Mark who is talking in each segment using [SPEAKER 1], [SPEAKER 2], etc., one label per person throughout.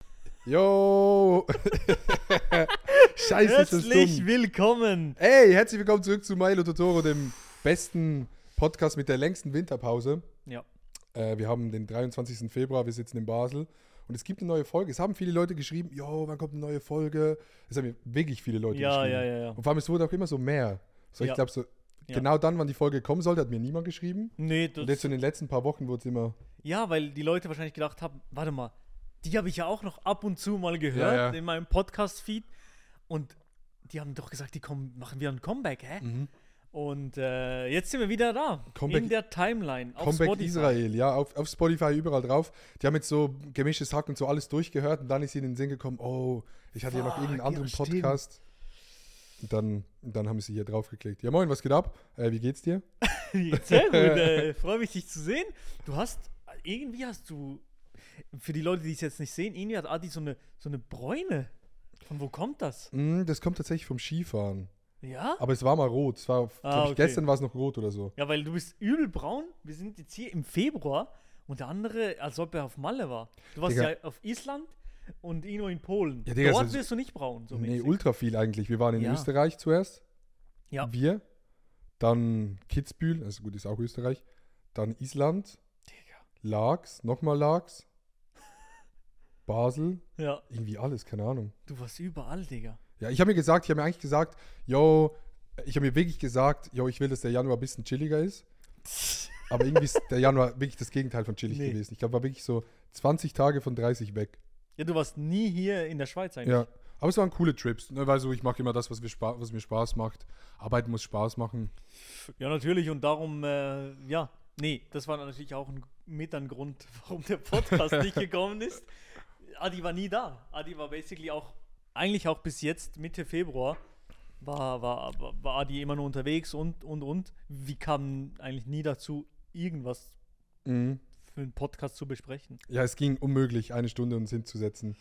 [SPEAKER 1] Yo! Scheiße, ist das
[SPEAKER 2] Herzlich
[SPEAKER 1] dumm.
[SPEAKER 2] willkommen.
[SPEAKER 1] Ey, herzlich willkommen zurück zu Milo Totoro, dem besten Podcast mit der längsten Winterpause.
[SPEAKER 2] Ja.
[SPEAKER 1] Äh, wir haben den 23. Februar, wir sitzen in Basel und es gibt eine neue Folge. Es haben viele Leute geschrieben, yo, wann kommt eine neue Folge? Es haben mir wirklich viele Leute
[SPEAKER 2] Ja,
[SPEAKER 1] geschrieben.
[SPEAKER 2] ja, ja, ja.
[SPEAKER 1] Und vor allem, es wurde auch immer so mehr. So, ich
[SPEAKER 2] Ja.
[SPEAKER 1] glaube, so
[SPEAKER 2] Ja.
[SPEAKER 1] genau dann, wann die Folge kommen sollte, hat mir niemand geschrieben.
[SPEAKER 2] Nee,
[SPEAKER 1] Und jetzt
[SPEAKER 2] das,
[SPEAKER 1] so in den letzten paar Wochen wurde es immer.
[SPEAKER 2] ja, weil die Leute wahrscheinlich gedacht haben, warte mal, die habe ich ja auch noch ab und zu mal gehört
[SPEAKER 1] Ja, ja.
[SPEAKER 2] in meinem Podcast-Feed. Und die haben doch gesagt, die kommen, machen wieder ein Comeback, hä? Und äh, jetzt sind wir wieder da.
[SPEAKER 1] Mhm. Comeback-
[SPEAKER 2] in der Timeline. Auf
[SPEAKER 1] Comeback
[SPEAKER 2] Spotify.
[SPEAKER 1] Israel, ja, auf, auf Spotify überall drauf. Die haben jetzt so gemischtes Hack und so alles durchgehört und dann ist ihnen in den Sinn gekommen, oh, ich hatte ja noch
[SPEAKER 2] Fuck,
[SPEAKER 1] irgendeinen
[SPEAKER 2] ja,
[SPEAKER 1] anderen
[SPEAKER 2] stimmt.
[SPEAKER 1] Podcast. Und dann, und dann haben sie hier drauf geklickt. Ja, moin, was geht ab? Äh, wie geht's dir?
[SPEAKER 2] Sehr gut, äh, freue mich, dich zu sehen. Du hast, irgendwie hast du, für die Leute, die es jetzt nicht sehen, irgendwie hat Adi so eine, so eine Bräune. Von wo kommt das?
[SPEAKER 1] Mm, das kommt tatsächlich vom Skifahren.
[SPEAKER 2] Ja?
[SPEAKER 1] Aber es war mal rot. Es war,
[SPEAKER 2] Ah,
[SPEAKER 1] glaub ich,
[SPEAKER 2] okay.
[SPEAKER 1] gestern war es noch rot oder so.
[SPEAKER 2] Ja, weil du bist übel braun. Wir sind jetzt hier im Februar und der andere, als ob er auf Malle war. Du warst
[SPEAKER 1] Digga.
[SPEAKER 2] ja auf Island und Ino in Polen.
[SPEAKER 1] Ja, Digga,
[SPEAKER 2] Dort
[SPEAKER 1] das ist-
[SPEAKER 2] wirst du nicht braun, so
[SPEAKER 1] nee,
[SPEAKER 2] mäßig.
[SPEAKER 1] ultra viel eigentlich. Wir waren in
[SPEAKER 2] Ja.
[SPEAKER 1] Österreich zuerst.
[SPEAKER 2] Ja.
[SPEAKER 1] Wir. Dann Kitzbühel, also gut, ist auch Österreich. Dann Island. Laax, nochmal Laax. Basel.
[SPEAKER 2] Ja,
[SPEAKER 1] Irgendwie alles, keine Ahnung.
[SPEAKER 2] du warst überall, Digga.
[SPEAKER 1] Ja, ich habe mir gesagt, ich habe mir eigentlich gesagt, yo, ich habe mir wirklich gesagt, yo, ich will, dass der Januar ein bisschen chilliger ist. Aber irgendwie ist der Januar wirklich das Gegenteil von chillig
[SPEAKER 2] Nee.
[SPEAKER 1] gewesen. Ich glaube, war wirklich so 20 Tage von 30 weg.
[SPEAKER 2] Ja, du warst nie hier in der Schweiz eigentlich.
[SPEAKER 1] Ja. Aber es waren coole Trips, ne? weil so, ich mache immer das, was mir, spa was mir Spaß macht. Arbeit muss Spaß machen.
[SPEAKER 2] Ja, natürlich. Und darum, äh, ja, nee, das war natürlich auch ein, mit ein Grund, warum der Podcast nicht gekommen ist. Adi war nie da. Adi war basically auch, eigentlich auch bis jetzt, Mitte Februar, war, war, war, war Adi immer nur unterwegs und, und, und. Wir kamen eigentlich nie dazu, irgendwas für einen Podcast zu besprechen.
[SPEAKER 1] Ja, es ging unmöglich, eine Stunde uns hinzusetzen.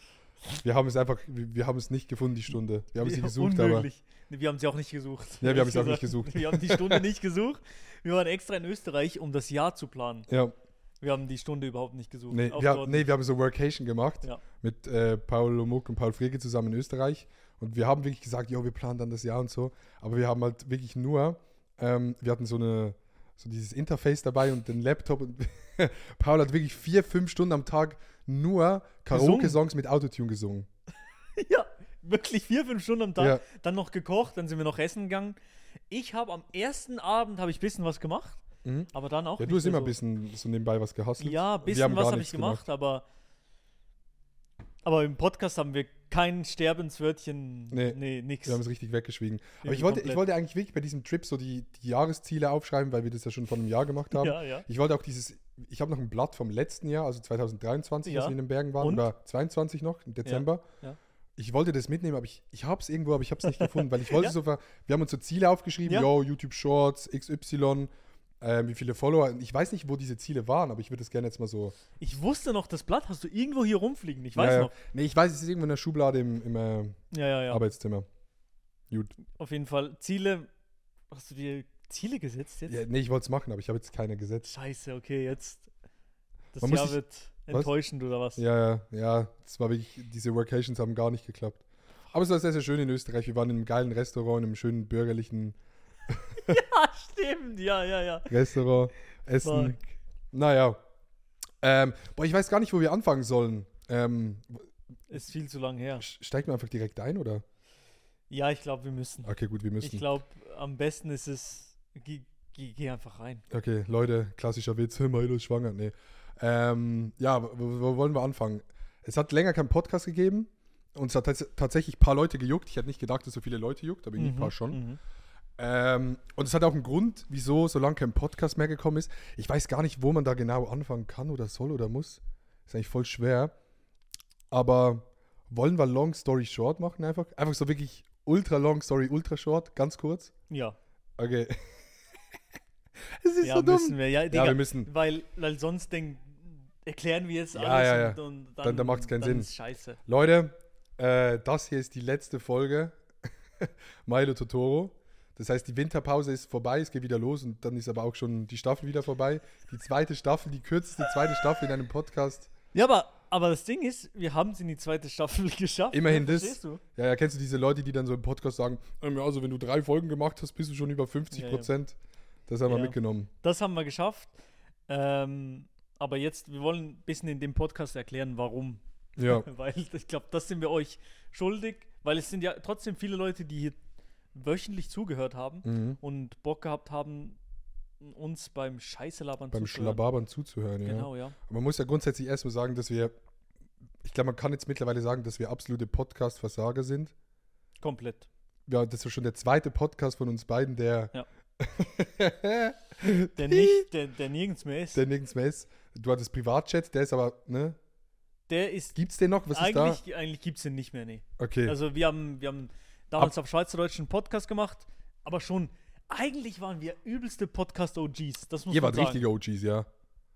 [SPEAKER 1] Wir haben es einfach, wir, wir haben es nicht gefunden, die Stunde. Wir haben sie
[SPEAKER 2] Ja,
[SPEAKER 1] gesucht,
[SPEAKER 2] unmöglich. Nee, Wir haben sie auch nicht gesucht.
[SPEAKER 1] Ja, wir haben
[SPEAKER 2] ehrlich
[SPEAKER 1] sie auch nicht
[SPEAKER 2] gesagt.
[SPEAKER 1] gesucht.
[SPEAKER 2] Wir haben die Stunde nicht gesucht. Wir waren extra in Österreich, um das Jahr zu planen.
[SPEAKER 1] aber. Ja,
[SPEAKER 2] Wir haben die Stunde überhaupt nicht gesucht.
[SPEAKER 1] nee,
[SPEAKER 2] Auch
[SPEAKER 1] wir,
[SPEAKER 2] dort
[SPEAKER 1] haben- nee, wir haben so Workation gemacht
[SPEAKER 2] Ja.
[SPEAKER 1] mit äh, Paolo Muck und Paul Frege zusammen in Österreich. Und wir haben wirklich gesagt, ja, wir planen dann das Jahr und so. Aber wir haben halt wirklich nur, ähm, wir hatten so eine, so dieses Interface dabei und den Laptop. Und Paul hat wirklich vier, fünf Stunden am Tag nur Karaoke-Songs mit Autotune gesungen.
[SPEAKER 2] Ja, wirklich vier, fünf Stunden am Tag.
[SPEAKER 1] Ja.
[SPEAKER 2] Dann noch gekocht, dann sind wir noch essen gegangen. Ich habe am ersten Abend habe ich ein bisschen was gemacht,
[SPEAKER 1] Mhm.
[SPEAKER 2] aber dann auch.
[SPEAKER 1] Ja,
[SPEAKER 2] nicht
[SPEAKER 1] du hast
[SPEAKER 2] mehr
[SPEAKER 1] immer
[SPEAKER 2] so.
[SPEAKER 1] ein bisschen so nebenbei was gehustelt.
[SPEAKER 2] Ja, ein
[SPEAKER 1] Und wir haben gar
[SPEAKER 2] bisschen was habe
[SPEAKER 1] nichts
[SPEAKER 2] ich gemacht, aber. Aber im Podcast haben wir kein Sterbenswörtchen.
[SPEAKER 1] Nee.
[SPEAKER 2] Nee, nix.
[SPEAKER 1] Wir haben es richtig weggeschwiegen. Aber
[SPEAKER 2] Ja,
[SPEAKER 1] ich wollte, ich
[SPEAKER 2] komplett.
[SPEAKER 1] wollte eigentlich wirklich bei diesem Trip so die, die Jahresziele aufschreiben, weil wir das ja schon vor einem Jahr gemacht haben.
[SPEAKER 2] Ja, ja.
[SPEAKER 1] Ich wollte auch dieses, ich habe noch ein Blatt vom letzten Jahr, also 2023, als
[SPEAKER 2] Ja.
[SPEAKER 1] wir in den Bergen waren,
[SPEAKER 2] Und?
[SPEAKER 1] oder 22 noch, im Dezember.
[SPEAKER 2] ja.
[SPEAKER 1] Ich wollte das mitnehmen, aber ich, ich habe es irgendwo, aber ich habe es nicht gefunden, weil ich wollte so, ver- wir haben uns so Ziele aufgeschrieben,
[SPEAKER 2] Ja.
[SPEAKER 1] yo, YouTube Shorts, XY, ähm, wie viele Follower. Ich weiß nicht, wo diese Ziele waren, aber ich würde das gerne jetzt mal so.
[SPEAKER 2] Ich wusste noch, das Blatt hast du irgendwo hier rumfliegen. Ich weiß
[SPEAKER 1] Ja, ja.
[SPEAKER 2] noch.
[SPEAKER 1] Nee, ich weiß, es ist irgendwo in der Schublade im, im äh,
[SPEAKER 2] Ja, ja, ja.
[SPEAKER 1] Arbeitszimmer. Gut.
[SPEAKER 2] Auf jeden Fall. Ziele. Hast du dir Ziele gesetzt jetzt?
[SPEAKER 1] Ja, nee, ich wollte es machen, aber ich habe jetzt keine gesetzt.
[SPEAKER 2] Scheiße, okay, jetzt. Das
[SPEAKER 1] Man muss
[SPEAKER 2] Jahr
[SPEAKER 1] sich-
[SPEAKER 2] wird enttäuschend oder was?
[SPEAKER 1] Ja, ja, ja, das war wirklich, diese Workations haben gar nicht geklappt. Aber es war sehr, sehr schön in Österreich. Wir waren in einem geilen Restaurant, in einem schönen bürgerlichen
[SPEAKER 2] Ah, stimmt, ja, ja, ja.
[SPEAKER 1] Restaurant. Essen.
[SPEAKER 2] Fuck.
[SPEAKER 1] Naja. Ähm, boah, ich weiß gar nicht, wo wir anfangen sollen. Ähm,
[SPEAKER 2] Ist viel zu lang her.
[SPEAKER 1] sch- steigen wir einfach direkt ein, oder?
[SPEAKER 2] Ja, ich glaube, wir müssen.
[SPEAKER 1] Okay, gut, wir müssen.
[SPEAKER 2] Ich glaube, am besten ist es, geh, geh, geh einfach rein.
[SPEAKER 1] Okay, Leute, klassischer Witz, Milo ist schwanger, nee. Ähm, ja, wo, wo wollen wir anfangen? Es hat länger keinen Podcast gegeben und es hat tats tatsächlich ein paar Leute gejuckt. Ich hätte nicht gedacht, dass so viele Leute juckt, aber irgendwie ein
[SPEAKER 2] Mhm,
[SPEAKER 1] paar schon. Ähm, und es hat auch einen Grund, wieso so lange kein Podcast mehr gekommen ist. Ich weiß gar nicht, wo man da genau anfangen kann oder soll oder muss. Ist eigentlich voll schwer. Aber wollen wir Long Story Short machen einfach? Einfach so wirklich ultra Long Story, ultra Short, ganz kurz.
[SPEAKER 2] Ja,
[SPEAKER 1] Okay. es ist
[SPEAKER 2] ja
[SPEAKER 1] so dumm.
[SPEAKER 2] müssen wir. Ja, Digga,
[SPEAKER 1] wir müssen.
[SPEAKER 2] Weil, weil sonst denk, erklären wir jetzt
[SPEAKER 1] Ja,
[SPEAKER 2] alles
[SPEAKER 1] ja, ja.
[SPEAKER 2] Und, und dann,
[SPEAKER 1] Dann- dann macht's keinen
[SPEAKER 2] dann
[SPEAKER 1] Sinn.
[SPEAKER 2] Ist scheiße.
[SPEAKER 1] Leute, äh, das hier ist die letzte Folge Milo Totoro. Das heißt, die Winterpause ist vorbei, es geht wieder los und dann ist aber auch schon die Staffel wieder vorbei. Die zweite Staffel, die kürzeste zweite Staffel in einem Podcast.
[SPEAKER 2] Ja, aber Aber das Ding ist, wir haben es in die zweite Staffel geschafft.
[SPEAKER 1] Immerhin
[SPEAKER 2] das.
[SPEAKER 1] das. Ja, ja, kennst du diese Leute, die dann so im Podcast sagen, ähm, ja, also wenn du drei Folgen gemacht hast, bist du schon über 50
[SPEAKER 2] Ja, ja.
[SPEAKER 1] Prozent. Das haben wir
[SPEAKER 2] Ja.
[SPEAKER 1] mitgenommen.
[SPEAKER 2] Das haben wir geschafft. Ähm, aber jetzt, wir wollen ein bisschen in dem Podcast erklären, warum.
[SPEAKER 1] Ja,
[SPEAKER 2] Weil ich glaube, das sind wir euch schuldig, weil es sind ja trotzdem viele Leute, die hier wöchentlich zugehört haben
[SPEAKER 1] mhm.
[SPEAKER 2] und Bock gehabt haben, uns beim Scheißelabern
[SPEAKER 1] beim
[SPEAKER 2] zuzuhören.
[SPEAKER 1] Schlababern zuzuhören. Ja.
[SPEAKER 2] Genau, ja.
[SPEAKER 1] Aber man muss ja grundsätzlich erstmal sagen, dass wir, ich glaube, man kann jetzt mittlerweile sagen, dass wir absolute Podcast-Versager sind.
[SPEAKER 2] Komplett.
[SPEAKER 1] Ja, das ist schon der zweite Podcast von uns beiden, der,
[SPEAKER 2] Der, nicht, der, der nirgends mehr ist.
[SPEAKER 1] der nirgends mehr ist. Du hattest Privatchat, der ist aber, ne?
[SPEAKER 2] Der ist.
[SPEAKER 1] Gibt's den noch? Was ist da?
[SPEAKER 2] eigentlich eigentlich gibt es den nicht mehr, nee.
[SPEAKER 1] Okay.
[SPEAKER 2] Also wir haben, wir haben damals auf Schweizerdeutsch einen Podcast gemacht, aber schon, eigentlich waren wir übelste Podcast-OGs. Das muss
[SPEAKER 1] Ihr
[SPEAKER 2] man
[SPEAKER 1] wart
[SPEAKER 2] sagen.
[SPEAKER 1] richtige OGs, ja.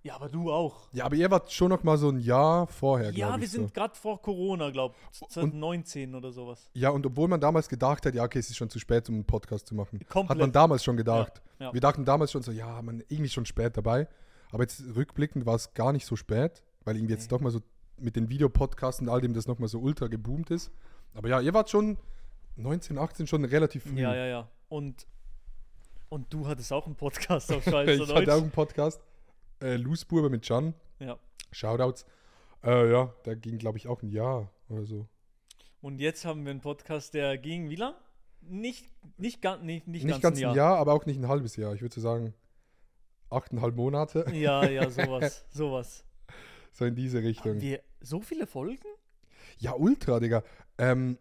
[SPEAKER 2] Ja, aber du auch.
[SPEAKER 1] Ja, aber ihr wart schon noch mal so ein Jahr vorher, glaube ich.
[SPEAKER 2] Ja, wir
[SPEAKER 1] so.
[SPEAKER 2] sind gerade vor Corona, glaube ich.
[SPEAKER 1] Und-
[SPEAKER 2] 2019 oder sowas.
[SPEAKER 1] Ja, und obwohl man damals gedacht hat, ja, okay, es ist schon zu spät, um einen Podcast zu machen, hat
[SPEAKER 2] Komplett.
[SPEAKER 1] man damals schon gedacht.
[SPEAKER 2] Ja, ja.
[SPEAKER 1] Wir dachten damals schon so, ja, man irgendwie schon spät dabei. Aber jetzt rückblickend war es gar nicht so spät, weil irgendwie jetzt
[SPEAKER 2] Nee.
[SPEAKER 1] doch mal so mit den Videopodcasts und all dem das nochmal so ultra geboomt ist. Aber ja, ihr wart schon 19, 18 schon relativ früh.
[SPEAKER 2] Ja, ja, ja. Und, und du hattest auch einen Podcast auf
[SPEAKER 1] ich hatte auch
[SPEAKER 2] Schweizerdeutsch.
[SPEAKER 1] einen Podcast, äh, Loosburbe mit Can,
[SPEAKER 2] ja.
[SPEAKER 1] Shoutouts. Äh, ja, da ging, glaube ich, auch ein Jahr oder so.
[SPEAKER 2] Und jetzt haben wir einen Podcast, der ging wie lang? Nicht, nicht, ga, nicht, nicht,
[SPEAKER 1] nicht
[SPEAKER 2] ganz
[SPEAKER 1] ganz ein Jahr, aber auch nicht ein halbes Jahr. Ich würde so sagen, achteinhalb Monate,
[SPEAKER 2] Ja, ja, sowas. sowas.
[SPEAKER 1] so in diese Richtung.
[SPEAKER 2] Haben wir so viele Folgen?
[SPEAKER 1] Ja, ultra, Digga. Ähm,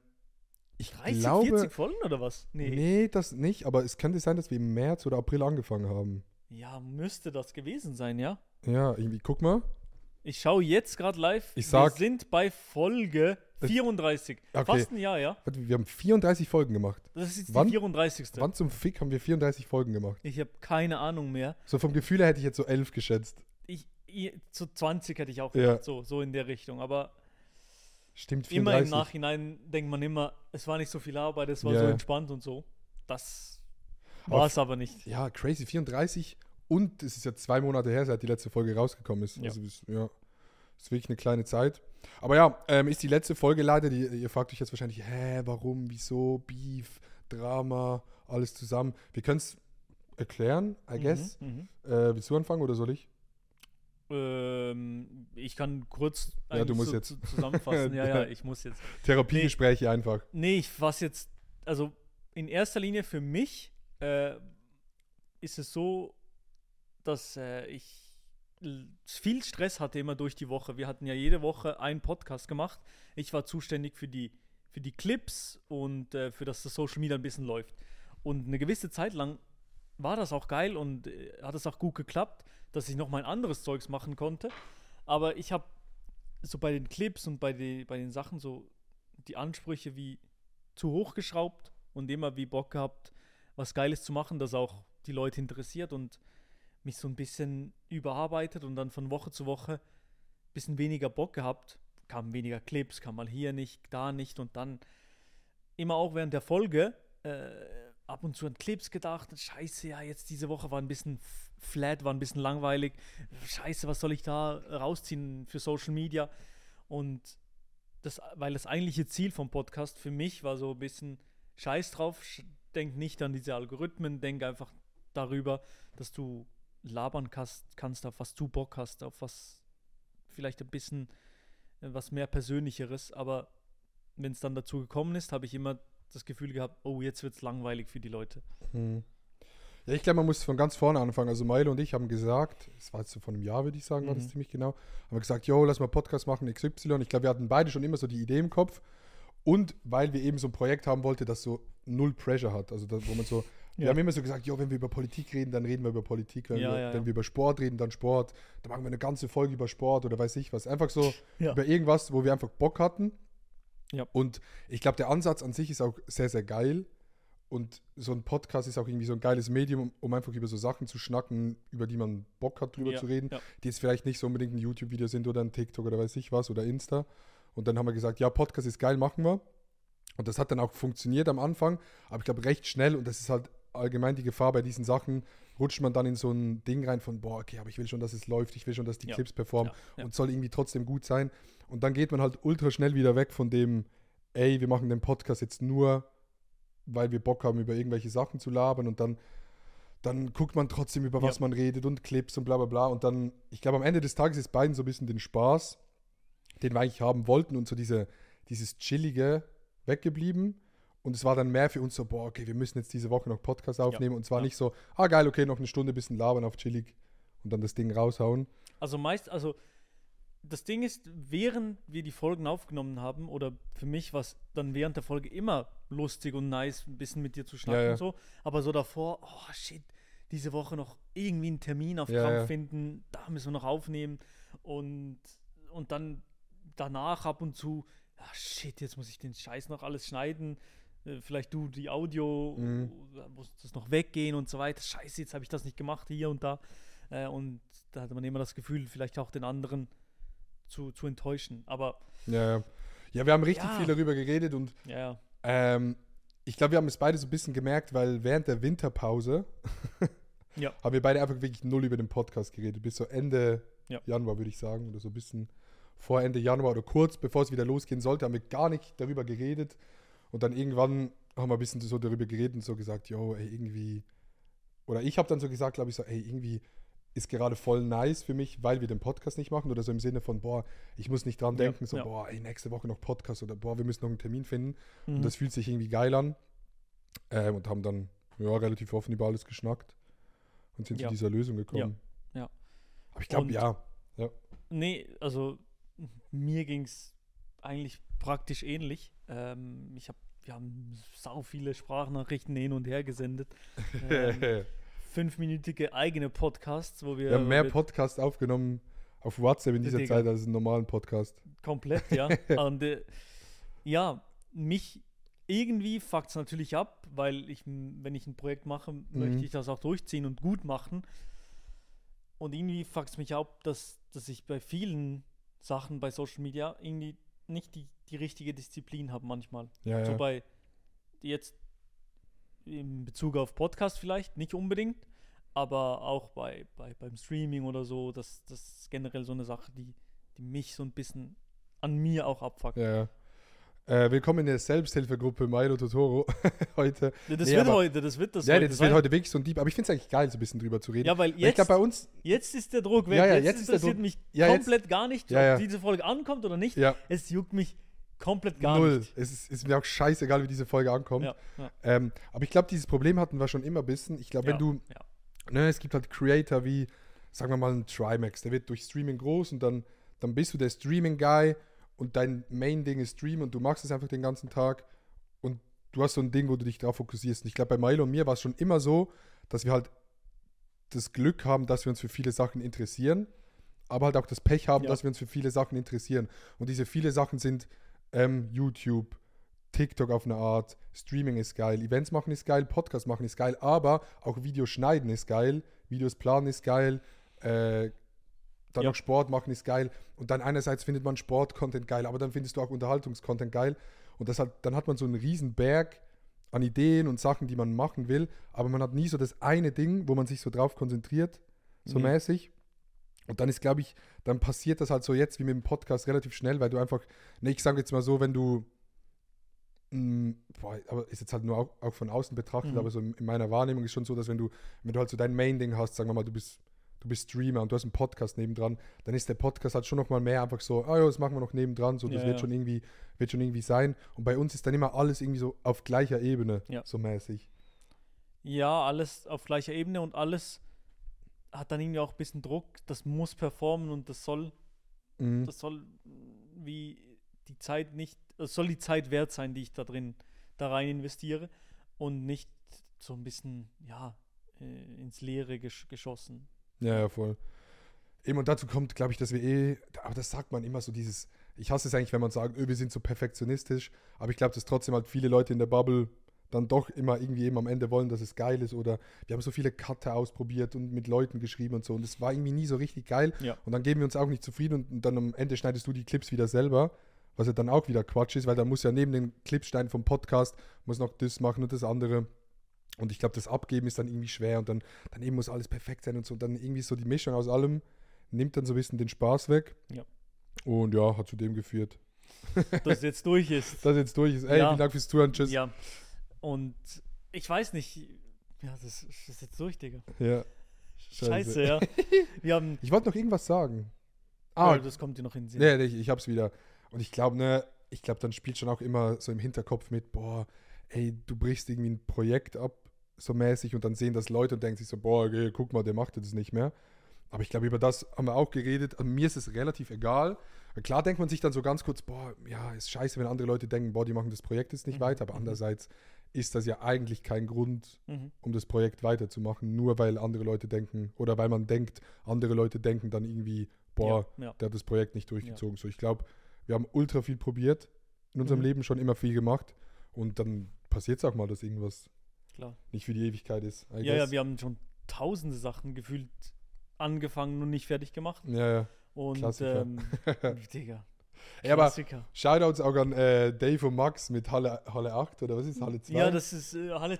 [SPEAKER 1] ich
[SPEAKER 2] 30,
[SPEAKER 1] glaube,
[SPEAKER 2] 40 Folgen oder was? Nee.
[SPEAKER 1] nee, das nicht, aber es könnte sein, dass wir im März oder April angefangen haben.
[SPEAKER 2] Ja, müsste das gewesen sein, ja.
[SPEAKER 1] Ja, irgendwie, guck mal.
[SPEAKER 2] Ich schaue jetzt gerade live.
[SPEAKER 1] Ich sag-
[SPEAKER 2] wir sind bei Folge 34.
[SPEAKER 1] Okay.
[SPEAKER 2] Fast ein Jahr, ja.
[SPEAKER 1] Warte, wir haben 34 Folgen gemacht.
[SPEAKER 2] Das ist jetzt
[SPEAKER 1] Wann-
[SPEAKER 2] die 34.
[SPEAKER 1] Wann zum Fick haben wir 34 Folgen gemacht?
[SPEAKER 2] Ich habe keine Ahnung mehr.
[SPEAKER 1] So vom Gefühl her hätte ich jetzt so 11 geschätzt.
[SPEAKER 2] Ich, ich, zu 20 hätte ich auch
[SPEAKER 1] Ja.
[SPEAKER 2] gedacht, so, so in der Richtung. Aber
[SPEAKER 1] Stimmt,
[SPEAKER 2] immer im
[SPEAKER 1] 34.
[SPEAKER 2] Nachhinein denkt man immer, es war nicht so viel Arbeit, es war
[SPEAKER 1] Ja.
[SPEAKER 2] so entspannt und so. Das
[SPEAKER 1] Aber
[SPEAKER 2] war es aber nicht.
[SPEAKER 1] ja, crazy, 34. Und es ist ja zwei Monate her, seit die letzte Folge rausgekommen ist.
[SPEAKER 2] Ja.
[SPEAKER 1] Also, es- ja, ist wirklich eine kleine Zeit. Aber ja, ähm, ist die letzte Folge leider, die, ihr fragt euch jetzt wahrscheinlich, hä, warum, wieso, Beef, Drama, alles zusammen. Wir können es erklären, I guess.
[SPEAKER 2] Mhm,
[SPEAKER 1] Äh, willst du anfangen oder soll ich?
[SPEAKER 2] mhm. Ähm, ich kann kurz
[SPEAKER 1] Ja, du
[SPEAKER 2] eigentlich
[SPEAKER 1] musst jetzt.
[SPEAKER 2] zusammenfassen. ja, ja, ich muss jetzt.
[SPEAKER 1] Therapiegespräche einfach.
[SPEAKER 2] Nee, ich was jetzt, also in erster Linie für mich äh, ist es so, dass äh, ich l- viel Stress hatte immer durch die Woche. Wir hatten ja jede Woche einen Podcast gemacht. Ich war zuständig für die, für die Clips und äh, für dass das Social Media ein bisschen läuft. Und eine gewisse Zeit lang war das auch geil und äh, hat es auch gut geklappt, dass ich noch mal ein anderes Zeugs machen konnte. Aber ich habe so bei den Clips und bei, den bei den Sachen so die Ansprüche wie zu hoch geschraubt und immer wie Bock gehabt, was Geiles zu machen, das auch die Leute interessiert und mich so ein bisschen überarbeitet und dann von Woche zu Woche ein bisschen weniger Bock gehabt. Kamen weniger Clips, kam mal hier nicht, da nicht und dann immer auch während der Folge äh, ab und zu an Clips gedacht. Scheiße, ja, jetzt diese Woche war ein bisschen f- flat, war ein bisschen langweilig. Scheiße, was soll ich da rausziehen für Social Media? Und das, weil das eigentliche Ziel vom Podcast für mich war so ein bisschen Scheiß drauf, sch- denk nicht an diese Algorithmen, denk einfach darüber, dass du labern kannst, kannst auf was du Bock hast, auf was vielleicht ein bisschen äh, was mehr Persönlicheres, aber wenn es dann dazu gekommen ist, habe ich immer das Gefühl gehabt, oh, jetzt wird es langweilig für die Leute.
[SPEAKER 1] Hm. Ja, ich glaube, man muss von ganz vorne anfangen. Also Milo und ich haben gesagt, es war jetzt so vor einem Jahr, würde ich sagen, war das
[SPEAKER 2] Mhm.
[SPEAKER 1] ziemlich genau, haben wir gesagt, yo, lass mal Podcast machen, XY. Ich glaube, wir hatten beide schon immer so die Idee im Kopf. Und weil wir eben so ein Projekt haben wollten, das so null Pressure hat. Also da, wo man so, wir
[SPEAKER 2] Ja.
[SPEAKER 1] haben immer so gesagt, yo, wenn wir über Politik reden, dann reden wir über Politik. Wenn,
[SPEAKER 2] Ja,
[SPEAKER 1] wir,
[SPEAKER 2] ja, ja.
[SPEAKER 1] wenn wir über Sport reden, dann Sport. Dann machen wir eine ganze Folge über Sport oder weiß ich was. Einfach so
[SPEAKER 2] Ja.
[SPEAKER 1] über irgendwas, wo wir einfach Bock hatten.
[SPEAKER 2] Ja.
[SPEAKER 1] Und ich glaube, der Ansatz an sich ist auch sehr, sehr geil. Und so ein Podcast ist auch irgendwie so ein geiles Medium, um, um einfach über so Sachen zu schnacken, über die man Bock hat, drüber
[SPEAKER 2] Ja,
[SPEAKER 1] zu reden,
[SPEAKER 2] ja.
[SPEAKER 1] die jetzt vielleicht nicht so unbedingt ein YouTube-Video sind oder ein TikTok oder weiß ich was oder Insta. Und dann haben wir gesagt, ja, Podcast ist geil, machen wir. Und das hat dann auch funktioniert am Anfang, aber ich glaube recht schnell und das ist halt allgemein die Gefahr bei diesen Sachen rutscht man dann in so ein Ding rein von, boah, okay, aber ich will schon, dass es läuft, ich will schon, dass die
[SPEAKER 2] Ja.
[SPEAKER 1] Clips performen
[SPEAKER 2] Ja, ja.
[SPEAKER 1] und soll irgendwie trotzdem gut sein. Und dann geht man halt ultra schnell wieder weg von dem, ey, wir machen den Podcast jetzt nur, weil wir Bock haben, über irgendwelche Sachen zu labern und dann, dann guckt man trotzdem, über was
[SPEAKER 2] Ja.
[SPEAKER 1] man redet und Clips und bla bla bla. Und dann, ich glaube, am Ende des Tages ist beiden so ein bisschen den Spaß, den wir eigentlich haben wollten und so diese, dieses Chillige weggeblieben. Und es war dann mehr für uns so, boah, okay, wir müssen jetzt diese Woche noch Podcast aufnehmen. Und zwar
[SPEAKER 2] ja.
[SPEAKER 1] nicht so, ah geil, okay, noch eine Stunde bisschen labern auf chillig und dann das Ding raushauen.
[SPEAKER 2] Also meist, also das Ding ist, während wir die Folgen aufgenommen haben, oder für mich war es dann während der Folge immer lustig und nice, ein bisschen mit dir zu schnacken
[SPEAKER 1] Ja, ja.
[SPEAKER 2] und so, aber so davor, oh shit, diese Woche noch irgendwie einen Termin auf
[SPEAKER 1] Ja,
[SPEAKER 2] Kampf
[SPEAKER 1] ja.
[SPEAKER 2] finden, da müssen wir noch aufnehmen und, und dann danach ab und zu, ah shit, jetzt muss ich den Scheiß noch alles schneiden. äh, Vielleicht du die Audio,
[SPEAKER 1] Mhm.
[SPEAKER 2] da muss das noch weggehen und so weiter. Scheiße, jetzt habe ich das nicht gemacht hier und da. Äh, und da hatte man immer das Gefühl, vielleicht auch den anderen zu, zu enttäuschen. Aber
[SPEAKER 1] Ja, ja. ja wir haben richtig
[SPEAKER 2] Ja.
[SPEAKER 1] viel darüber geredet und
[SPEAKER 2] ja, ja.
[SPEAKER 1] ähm, ich glaube, wir haben es beide so ein bisschen gemerkt, weil während der Winterpause
[SPEAKER 2] Ja.
[SPEAKER 1] haben wir beide einfach wirklich null über den Podcast geredet. Bis so Ende
[SPEAKER 2] Ja.
[SPEAKER 1] Januar, würde ich sagen, oder so ein bisschen vor Ende Januar oder kurz bevor es wieder losgehen sollte, haben wir gar nicht darüber geredet. Und dann irgendwann haben wir ein bisschen so darüber geredet und so gesagt, yo, ey, irgendwie. Oder ich habe dann so gesagt, glaube ich, so, ey, irgendwie ist gerade voll nice für mich, weil wir den Podcast nicht machen oder so im Sinne von, boah, ich muss nicht dran
[SPEAKER 2] Ja,
[SPEAKER 1] denken, so,
[SPEAKER 2] ja.
[SPEAKER 1] boah, ey, nächste Woche noch Podcast oder boah, wir müssen noch einen Termin finden.
[SPEAKER 2] Mhm.
[SPEAKER 1] Und das fühlt sich irgendwie geil an. Ähm, und haben dann ja, relativ offen über alles geschnackt und sind
[SPEAKER 2] Ja.
[SPEAKER 1] zu dieser Lösung gekommen.
[SPEAKER 2] Ja, ja.
[SPEAKER 1] Aber ich glaube,
[SPEAKER 2] Und-
[SPEAKER 1] ja.
[SPEAKER 2] Nee, also mir ging es eigentlich praktisch ähnlich. Ähm, ich hab, wir haben sau viele Sprachnachrichten hin und her gesendet. Ähm, fünfminütige eigene Podcasts, wo wir,
[SPEAKER 1] wir haben
[SPEAKER 2] wo
[SPEAKER 1] mehr
[SPEAKER 2] wir
[SPEAKER 1] Podcasts aufgenommen auf WhatsApp in dieser
[SPEAKER 2] Digga.
[SPEAKER 1] Zeit als einen normalen Podcast.
[SPEAKER 2] komplett, ja. Und äh, ja, mich irgendwie fuckt es natürlich ab, weil ich, m- wenn ich ein Projekt mache, möchte ich das auch durchziehen und gut machen. Und irgendwie fuckt es mich ab, dass, dass ich bei vielen Sachen bei Social Media irgendwie nicht die, die richtige Disziplin habe manchmal.
[SPEAKER 1] Ja, ja.
[SPEAKER 2] So bei jetzt in Bezug auf Podcast vielleicht, nicht unbedingt, aber auch bei, bei beim Streaming oder so, das, das ist generell so eine Sache, die, die mich so ein bisschen an mir auch abfuckt.
[SPEAKER 1] ja, ja. Äh, willkommen in der Selbsthilfegruppe Milo Totoro heute.
[SPEAKER 2] Das
[SPEAKER 1] Nee,
[SPEAKER 2] wird
[SPEAKER 1] aber-
[SPEAKER 2] heute, das wird das
[SPEAKER 1] ja,
[SPEAKER 2] heute
[SPEAKER 1] das
[SPEAKER 2] sein.
[SPEAKER 1] wird heute wirklich so ein Dieb, aber ich finde es eigentlich geil, so ein bisschen drüber zu reden.
[SPEAKER 2] Ja, weil
[SPEAKER 1] Weil ich
[SPEAKER 2] jetzt,
[SPEAKER 1] glaube, bei uns,
[SPEAKER 2] jetzt ist der Druck weg.
[SPEAKER 1] Ja, ja,
[SPEAKER 2] jetzt,
[SPEAKER 1] jetzt ist der
[SPEAKER 2] interessiert
[SPEAKER 1] Druck-
[SPEAKER 2] mich
[SPEAKER 1] Ja, jetzt-
[SPEAKER 2] komplett gar nicht,
[SPEAKER 1] Ja, ja.
[SPEAKER 2] ob diese Folge ankommt oder nicht.
[SPEAKER 1] ja,
[SPEAKER 2] Es juckt mich komplett gar
[SPEAKER 1] null.
[SPEAKER 2] nicht.
[SPEAKER 1] Es ist, ist mir auch scheißegal, wie diese Folge ankommt.
[SPEAKER 2] Ja, ja,
[SPEAKER 1] Ähm, aber ich glaube, dieses Problem hatten wir schon immer ein bisschen. Ich glaube,
[SPEAKER 2] ja,
[SPEAKER 1] wenn du
[SPEAKER 2] ja.
[SPEAKER 1] ne, es gibt halt Creator wie, sagen wir mal, ein Trimax, der wird durch Streaming groß und dann, dann bist du der Streaming-Guy und dein Main-Ding ist Stream und du machst es einfach den ganzen Tag und du hast so ein Ding, wo du dich drauf fokussierst. Und ich glaube, bei Milo und mir war es schon immer so, dass wir halt das Glück haben, dass wir uns für viele Sachen interessieren, aber halt auch das Pech haben,
[SPEAKER 2] Ja.
[SPEAKER 1] dass wir uns für viele Sachen interessieren. Und diese viele Sachen sind ähm, YouTube, TikTok auf eine Art, Streaming ist geil, Events machen ist geil, Podcast machen ist geil, aber auch Videos schneiden ist geil, Videos planen ist geil, äh, dann
[SPEAKER 2] Ja.
[SPEAKER 1] noch Sport machen ist geil. Und dann einerseits findet man Sport-Content geil, aber dann findest du auch Unterhaltungs-Content geil. Und das hat, dann hat man so einen riesen Berg an Ideen und Sachen, die man machen will, aber man hat nie so das eine Ding, wo man sich so drauf konzentriert, so
[SPEAKER 2] Nee.
[SPEAKER 1] mäßig. Und dann ist, glaube ich, dann passiert das halt so jetzt wie mit dem Podcast relativ schnell, weil du einfach, ne, ich sage jetzt mal so, wenn du, mm, boah, aber ist jetzt halt nur auch, auch von außen betrachtet,
[SPEAKER 2] Mhm.
[SPEAKER 1] aber so in, in meiner Wahrnehmung ist schon so, dass wenn du, wenn du halt so dein Main-Ding hast, sagen wir mal, du bist, du bist Streamer und du hast einen Podcast nebendran, dann ist der Podcast halt schon nochmal mehr einfach so, ah ja, das machen wir noch nebendran, so, das
[SPEAKER 2] Ja,
[SPEAKER 1] wird
[SPEAKER 2] ja.
[SPEAKER 1] schon irgendwie, wird schon irgendwie sein. Und bei uns ist dann immer alles irgendwie so auf gleicher Ebene,
[SPEAKER 2] Ja.
[SPEAKER 1] so mäßig.
[SPEAKER 2] Ja, alles auf gleicher Ebene und alles hat dann irgendwie auch ein bisschen Druck. Das muss performen und das soll,
[SPEAKER 1] Mhm.
[SPEAKER 2] das soll mm, wie die Zeit nicht, es soll die Zeit wert sein, die ich da drin, da rein investiere und nicht so ein bisschen, ja, äh, ins Leere gesch geschossen.
[SPEAKER 1] Ja, ja, voll. Eben und dazu kommt, glaube ich, dass wir eh, aber das sagt man immer so dieses, ich hasse es eigentlich, wenn man sagt, öh, wir sind so perfektionistisch, aber ich glaube, dass trotzdem halt viele Leute in der Bubble dann doch immer irgendwie eben am Ende wollen, dass es geil ist oder wir haben so viele Cutter ausprobiert und mit Leuten geschrieben und so und es war irgendwie nie so richtig geil
[SPEAKER 2] Ja.
[SPEAKER 1] und dann geben wir uns auch nicht zufrieden und, und dann am Ende schneidest du die Clips wieder selber, was ja dann auch wieder Quatsch ist, weil da muss ja neben den Clipstein vom Podcast, muss noch das machen und das andere Und ich glaube, das Abgeben ist dann irgendwie schwer und dann, dann eben muss alles perfekt sein und so. Und dann irgendwie so die Mischung aus allem nimmt dann so ein bisschen den Spaß weg.
[SPEAKER 2] Ja.
[SPEAKER 1] Und ja, hat zu dem geführt,
[SPEAKER 2] dass es jetzt durch ist.
[SPEAKER 1] dass jetzt durch ist. Ey,
[SPEAKER 2] Ja.
[SPEAKER 1] vielen Dank fürs Zuhören. Tschüss.
[SPEAKER 2] Ja. Und ich weiß nicht. Ja, das ist das ist jetzt durch, Digga.
[SPEAKER 1] Ja.
[SPEAKER 2] Scheiße,
[SPEAKER 1] Scheiße.
[SPEAKER 2] ja. Wir haben.
[SPEAKER 1] Ich wollte noch irgendwas sagen.
[SPEAKER 2] Ah,
[SPEAKER 1] Ah,
[SPEAKER 2] das kommt dir noch in den Sinn.
[SPEAKER 1] nee, nee, ich, ich hab's wieder. Und ich glaube, ne, ich glaube, dann spielt schon auch immer so im Hinterkopf mit, boah, ey, du brichst irgendwie ein Projekt ab, so mäßig, und dann sehen das Leute und denken sich so, boah, ey, guck mal, der macht das nicht mehr. Aber ich glaube, über das haben wir auch geredet. Und mir ist es relativ egal. Klar denkt man sich dann so ganz kurz, boah, ja, ist scheiße, wenn andere Leute denken, boah, die machen das Projekt jetzt nicht
[SPEAKER 2] Mhm,
[SPEAKER 1] weiter. Aber
[SPEAKER 2] mhm.
[SPEAKER 1] andererseits ist das ja eigentlich kein Grund,
[SPEAKER 2] Mhm.
[SPEAKER 1] um das Projekt weiterzumachen, nur weil andere Leute denken oder weil man denkt, andere Leute denken dann irgendwie, boah,
[SPEAKER 2] Ja, ja.
[SPEAKER 1] der hat das Projekt nicht durchgezogen. So, ich glaube, wir haben ultra viel probiert, in unserem
[SPEAKER 2] Mhm.
[SPEAKER 1] Leben schon immer viel gemacht und dann passiert es auch mal, dass irgendwas
[SPEAKER 2] Klar.
[SPEAKER 1] nicht für die Ewigkeit ist. I
[SPEAKER 2] Ja, ja,
[SPEAKER 1] guess.
[SPEAKER 2] wir haben schon tausende Sachen gefühlt angefangen und nicht fertig gemacht.
[SPEAKER 1] ja, ja.
[SPEAKER 2] Und
[SPEAKER 1] Klassiker.
[SPEAKER 2] ähm, Digga.
[SPEAKER 1] Ey, aber
[SPEAKER 2] Klassiker.
[SPEAKER 1] Shoutouts auch an äh, Dave und Max mit Halle, Halle 8 oder was ist Halle 2?
[SPEAKER 2] Mhm. Ja, das ist äh, Halle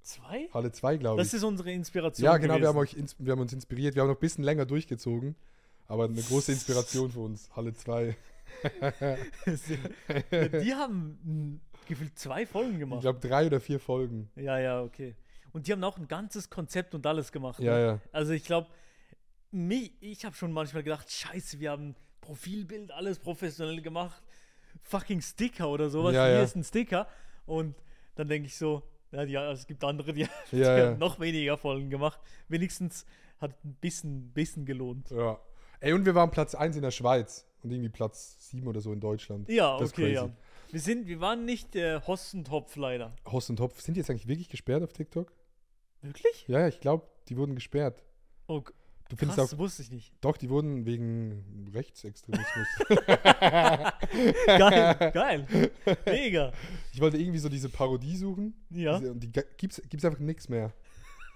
[SPEAKER 2] 2?
[SPEAKER 1] Halle 2, glaube ich.
[SPEAKER 2] Das ist unsere Inspiration.
[SPEAKER 1] Ja, genau, wir haben, euch
[SPEAKER 2] gewesen.
[SPEAKER 1] ins, wir haben uns inspiriert. Wir haben noch ein bisschen länger durchgezogen, aber eine große Inspiration für uns, Halle 2.
[SPEAKER 2] die haben mh, gefühlt zwei Folgen
[SPEAKER 1] Ich
[SPEAKER 2] gemacht.
[SPEAKER 1] glaube, drei oder vier Folgen.
[SPEAKER 2] Ja, ja, okay. Und die haben auch ein ganzes Konzept und alles gemacht.
[SPEAKER 1] Ja,
[SPEAKER 2] ne?
[SPEAKER 1] ja.
[SPEAKER 2] Also ich glaube, ich habe schon manchmal gedacht, scheiße, wir haben Profilbild, alles professionell gemacht. Fucking Sticker oder sowas.
[SPEAKER 1] Ja,
[SPEAKER 2] Hier
[SPEAKER 1] ja.
[SPEAKER 2] ist ein Sticker. Und dann denke ich so, ja, die, es gibt andere, die, die
[SPEAKER 1] Ja, ja.
[SPEAKER 2] haben noch weniger Folgen gemacht. Wenigstens hat ein bisschen, bisschen gelohnt.
[SPEAKER 1] ja. Ey, und wir waren Platz 1 in der Schweiz und irgendwie Platz 7 oder so in Deutschland.
[SPEAKER 2] Ja,
[SPEAKER 1] Das ist
[SPEAKER 2] okay, ja.
[SPEAKER 1] crazy.
[SPEAKER 2] Wir, sind, wir waren nicht äh, Hossentopf leider.
[SPEAKER 1] Hoss und Hopf, sind die jetzt eigentlich wirklich gesperrt auf TikTok?
[SPEAKER 2] Wirklich?
[SPEAKER 1] Ja, ja, ich glaube, die wurden gesperrt.
[SPEAKER 2] Oh, krass,
[SPEAKER 1] Du findest auch,
[SPEAKER 2] wusste ich nicht.
[SPEAKER 1] doch, die wurden wegen Rechtsextremismus.
[SPEAKER 2] Geil, geil. Mega.
[SPEAKER 1] ich wollte irgendwie so diese Parodie suchen.
[SPEAKER 2] Ja.
[SPEAKER 1] Diese, und die ge- gibt's, gibt's einfach nichts mehr.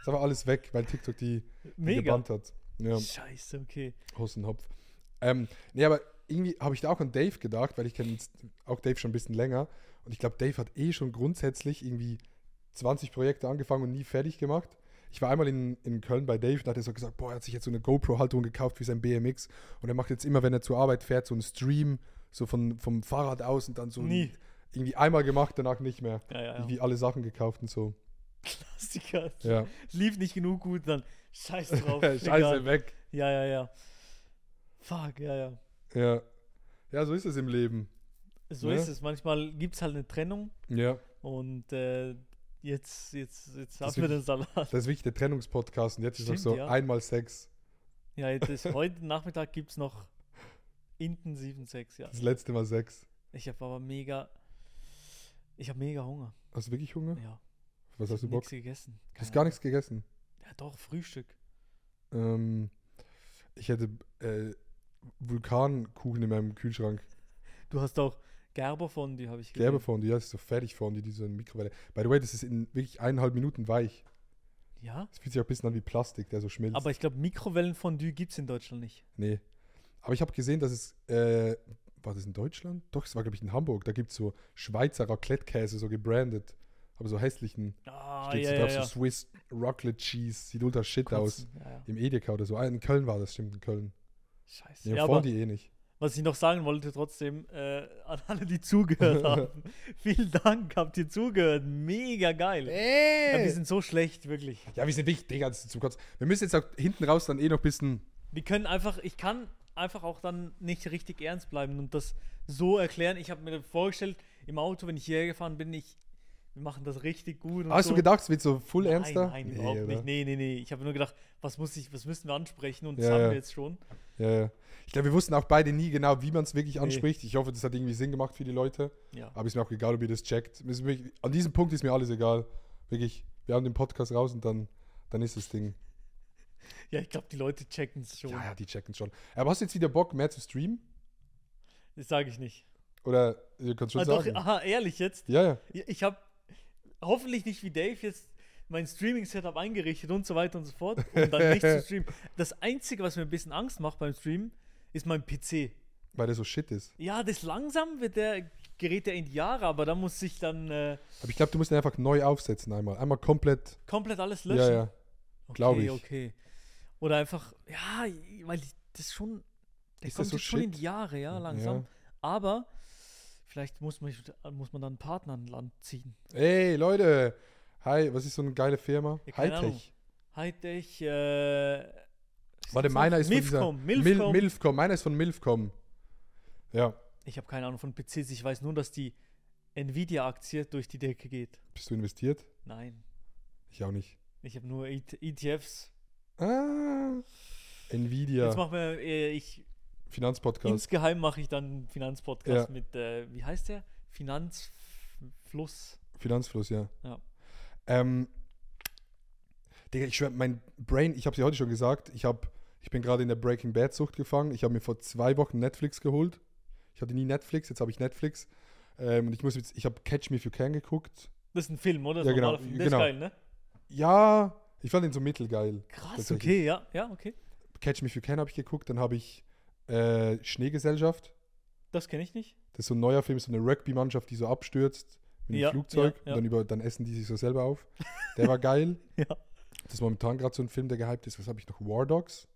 [SPEAKER 1] Ist einfach alles weg, weil TikTok die, die
[SPEAKER 2] Mega.
[SPEAKER 1] gebannt hat. Ja.
[SPEAKER 2] Scheiße, okay.
[SPEAKER 1] Hoss und Hopf. Ähm, nee, aber irgendwie habe ich da auch an Dave gedacht, weil ich kenne jetzt auch Dave schon ein bisschen länger. Und ich glaube, Dave hat eh schon grundsätzlich irgendwie 20 Projekte angefangen und nie fertig gemacht. Ich war einmal in, in Köln bei Dave und da hat er so gesagt, boah, er hat sich jetzt so eine GoPro-Haltung gekauft für sein BMX und er macht jetzt immer, wenn er zur Arbeit fährt, so einen Stream so von, vom Fahrrad aus und dann so
[SPEAKER 2] Nie.
[SPEAKER 1] irgendwie einmal gemacht, danach nicht mehr.
[SPEAKER 2] Ja, ja, ja.
[SPEAKER 1] Irgendwie alle Sachen gekauft und so.
[SPEAKER 2] Klassiker.
[SPEAKER 1] Ja.
[SPEAKER 2] Lief nicht genug gut, dann scheiß drauf.
[SPEAKER 1] Scheiße,
[SPEAKER 2] egal.
[SPEAKER 1] weg.
[SPEAKER 2] Ja, ja, ja. Fuck, ja, ja.
[SPEAKER 1] Ja. ja, so ist es im Leben.
[SPEAKER 2] So
[SPEAKER 1] Ne?
[SPEAKER 2] ist es. Manchmal gibt es halt eine Trennung
[SPEAKER 1] Ja.
[SPEAKER 2] und äh, jetzt, jetzt, jetzt haben
[SPEAKER 1] Das
[SPEAKER 2] wir den Salat.
[SPEAKER 1] Das ist wirklich der Trennungspodcast und jetzt ist
[SPEAKER 2] Stimmt,
[SPEAKER 1] es auch so
[SPEAKER 2] ja.
[SPEAKER 1] einmal Sex.
[SPEAKER 2] Ja, jetzt ist, heute Nachmittag gibt es noch intensiven Sex, ja.
[SPEAKER 1] Das letzte Mal Sex.
[SPEAKER 2] Ich habe aber mega, ich habe mega Hunger.
[SPEAKER 1] Hast du wirklich Hunger?
[SPEAKER 2] Ja,
[SPEAKER 1] Was hast du Bock?
[SPEAKER 2] nichts gegessen.
[SPEAKER 1] Du hast
[SPEAKER 2] Keine
[SPEAKER 1] gar nichts gegessen.
[SPEAKER 2] Ahnung. Ja, doch, Frühstück.
[SPEAKER 1] Ähm, ich hätte äh, Vulkankuchen in meinem Kühlschrank.
[SPEAKER 2] Du hast auch Gerber von, die habe ich gesehen.
[SPEAKER 1] Gelbe von dir, das ist so fertig von dir, diese Mikrowelle. By the way, das ist in wirklich eineinhalb Minuten weich.
[SPEAKER 2] Ja,
[SPEAKER 1] Das fühlt sich auch ein bisschen an wie Plastik, der so schmilzt.
[SPEAKER 2] aber ich glaube, Mikrowellenfondue gibt es in Deutschland nicht.
[SPEAKER 1] nee. Aber ich habe gesehen, dass es. Äh, war das in Deutschland? Doch, es war, glaube ich, in Hamburg. Da gibt es so Schweizer Raclette-Käse, so gebrandet. Aber so hässlichen.
[SPEAKER 2] Ah,
[SPEAKER 1] Steht
[SPEAKER 2] ja,
[SPEAKER 1] so
[SPEAKER 2] ja,
[SPEAKER 1] drauf,
[SPEAKER 2] ja.
[SPEAKER 1] so Swiss Raclette Cheese. Sieht ultra shit aus.
[SPEAKER 2] Kotzen, Ja, ja.
[SPEAKER 1] Im Edeka oder so. Ah, in Köln war das, stimmt, in Köln.
[SPEAKER 2] Scheiße.
[SPEAKER 1] Ja,
[SPEAKER 2] Ja,
[SPEAKER 1] fahren
[SPEAKER 2] aber
[SPEAKER 1] die eh nicht.
[SPEAKER 2] was ich noch sagen wollte trotzdem, äh, an alle, die zugehört haben, vielen Dank, habt ihr zugehört. Mega geil. Ja, wir sind so schlecht, wirklich.
[SPEAKER 1] Ja, wir sind wirklich, Digga, das ist zum Kotz. Wir müssen jetzt auch hinten raus dann eh noch ein bisschen.
[SPEAKER 2] Wir können einfach, ich kann einfach auch dann nicht richtig ernst bleiben und das so erklären. Ich habe mir vorgestellt, im Auto, wenn ich hierher gefahren bin, ich, wir machen das richtig gut. Und
[SPEAKER 1] Hast
[SPEAKER 2] so.
[SPEAKER 1] du gedacht, es wird so full ernster?
[SPEAKER 2] Nein, nein, überhaupt
[SPEAKER 1] oder?
[SPEAKER 2] nicht. Nee, nee, nee. Ich habe nur gedacht, was muss ich, was müssen wir ansprechen und das
[SPEAKER 1] Ja,
[SPEAKER 2] haben
[SPEAKER 1] ja.
[SPEAKER 2] wir jetzt schon.
[SPEAKER 1] Ja, ja. Ich glaube, wir wussten auch beide nie genau, wie man es wirklich anspricht. Ich hoffe, das hat irgendwie Sinn gemacht für die Leute.
[SPEAKER 2] Ja.
[SPEAKER 1] Aber ist mir auch egal, ob ihr das checkt. Mir ist wirklich- An diesem Punkt ist mir alles egal. Wirklich, wir haben den Podcast raus und dann, dann ist das Ding.
[SPEAKER 2] Ja, ich glaube, die Leute checken es schon.
[SPEAKER 1] Ja, ja, die checken schon. Aber hast du jetzt wieder Bock, mehr zu streamen?
[SPEAKER 2] Das sage ich nicht.
[SPEAKER 1] Oder ihr könnt schon
[SPEAKER 2] Ah, doch,
[SPEAKER 1] sagen.
[SPEAKER 2] aha, ehrlich jetzt.
[SPEAKER 1] ja, ja.
[SPEAKER 2] Ja, Ich habe hoffentlich nicht wie Dave jetzt mein Streaming-Setup eingerichtet und so weiter und so fort, um dann nicht zu streamen. Das Einzige, was mir ein bisschen Angst macht beim Streamen, ist mein PC.
[SPEAKER 1] Weil der so shit ist.
[SPEAKER 2] Ja, das langsam wird der gerät er in die Jahre, aber da muss ich dann äh,
[SPEAKER 1] Aber ich glaube, du musst ihn einfach neu aufsetzen einmal. Einmal komplett.
[SPEAKER 2] komplett alles löschen.
[SPEAKER 1] Ja, ja.
[SPEAKER 2] okay,
[SPEAKER 1] glaub ich.
[SPEAKER 2] Okay. Oder einfach, ja, weil ich- das schon, der
[SPEAKER 1] Ist das
[SPEAKER 2] kommt
[SPEAKER 1] so
[SPEAKER 2] jetzt schon in
[SPEAKER 1] shit?
[SPEAKER 2] die Jahre, ja, langsam.
[SPEAKER 1] Ja.
[SPEAKER 2] Aber vielleicht muss man, muss man dann einen Partner an Land ziehen.
[SPEAKER 1] Ey, Leute. Hi, was ist so eine geile Firma?
[SPEAKER 2] Ja, keine Ahnung.
[SPEAKER 1] Hightech.
[SPEAKER 2] Hightech, äh.
[SPEAKER 1] Halt
[SPEAKER 2] was
[SPEAKER 1] Warte,
[SPEAKER 2] gibt's
[SPEAKER 1] meiner
[SPEAKER 2] noch?
[SPEAKER 1] ist
[SPEAKER 2] Milfcom,
[SPEAKER 1] von dieser...
[SPEAKER 2] Milfcom.
[SPEAKER 1] Mil Milfcom. Meiner ist von Milfcom. Ja,
[SPEAKER 2] Ich habe keine Ahnung von PCs. Ich weiß nur, dass die Nvidia-Aktie durch die Decke geht.
[SPEAKER 1] bist du investiert?
[SPEAKER 2] Nein,
[SPEAKER 1] Ich auch nicht.
[SPEAKER 2] ich habe nur E ET- ETFs.
[SPEAKER 1] Ah,
[SPEAKER 2] Jetzt
[SPEAKER 1] Nvidia,
[SPEAKER 2] machen wir, äh, ich
[SPEAKER 1] Finanzpodcast.
[SPEAKER 2] insgeheim mache ich dann einen Finanzpodcast
[SPEAKER 1] Ja.
[SPEAKER 2] mit, äh, wie heißt der? Finanzfluss.
[SPEAKER 1] Finanzfluss, ja.
[SPEAKER 2] Ja.
[SPEAKER 1] Ähm, Digga, ich schwör, mein Brain, ich habe dir heute schon gesagt, ich, hab, ich bin gerade in der Breaking Bad Sucht gefangen. Ich habe mir vor zwei Wochen Netflix geholt. Ich hatte nie Netflix, jetzt habe ich Netflix. Ähm, und ich muss jetzt, ich habe Catch Me If You Can geguckt.
[SPEAKER 2] Das ist ein Film, oder? Das
[SPEAKER 1] Ja,
[SPEAKER 2] ist ein
[SPEAKER 1] genau,
[SPEAKER 2] normaler Film. Das
[SPEAKER 1] genau.
[SPEAKER 2] ist geil, ne?
[SPEAKER 1] Ja, ich fand ihn so mittelgeil.
[SPEAKER 2] Krass,
[SPEAKER 1] Tatsächlich.
[SPEAKER 2] okay, ja, ja, okay.
[SPEAKER 1] Catch Me If You Can habe ich geguckt, dann habe ich äh, Schneegesellschaft.
[SPEAKER 2] Das kenne ich nicht.
[SPEAKER 1] Das ist so ein neuer Film, so eine Rugby-Mannschaft, die so abstürzt mit dem
[SPEAKER 2] Ja,
[SPEAKER 1] Flugzeug
[SPEAKER 2] ja, ja.
[SPEAKER 1] und dann, über, dann essen die sich so selber auf. Der war geil.
[SPEAKER 2] Ja.
[SPEAKER 1] Das ist momentan gerade so ein Film, der gehypt ist. Was habe ich noch? War Dogs,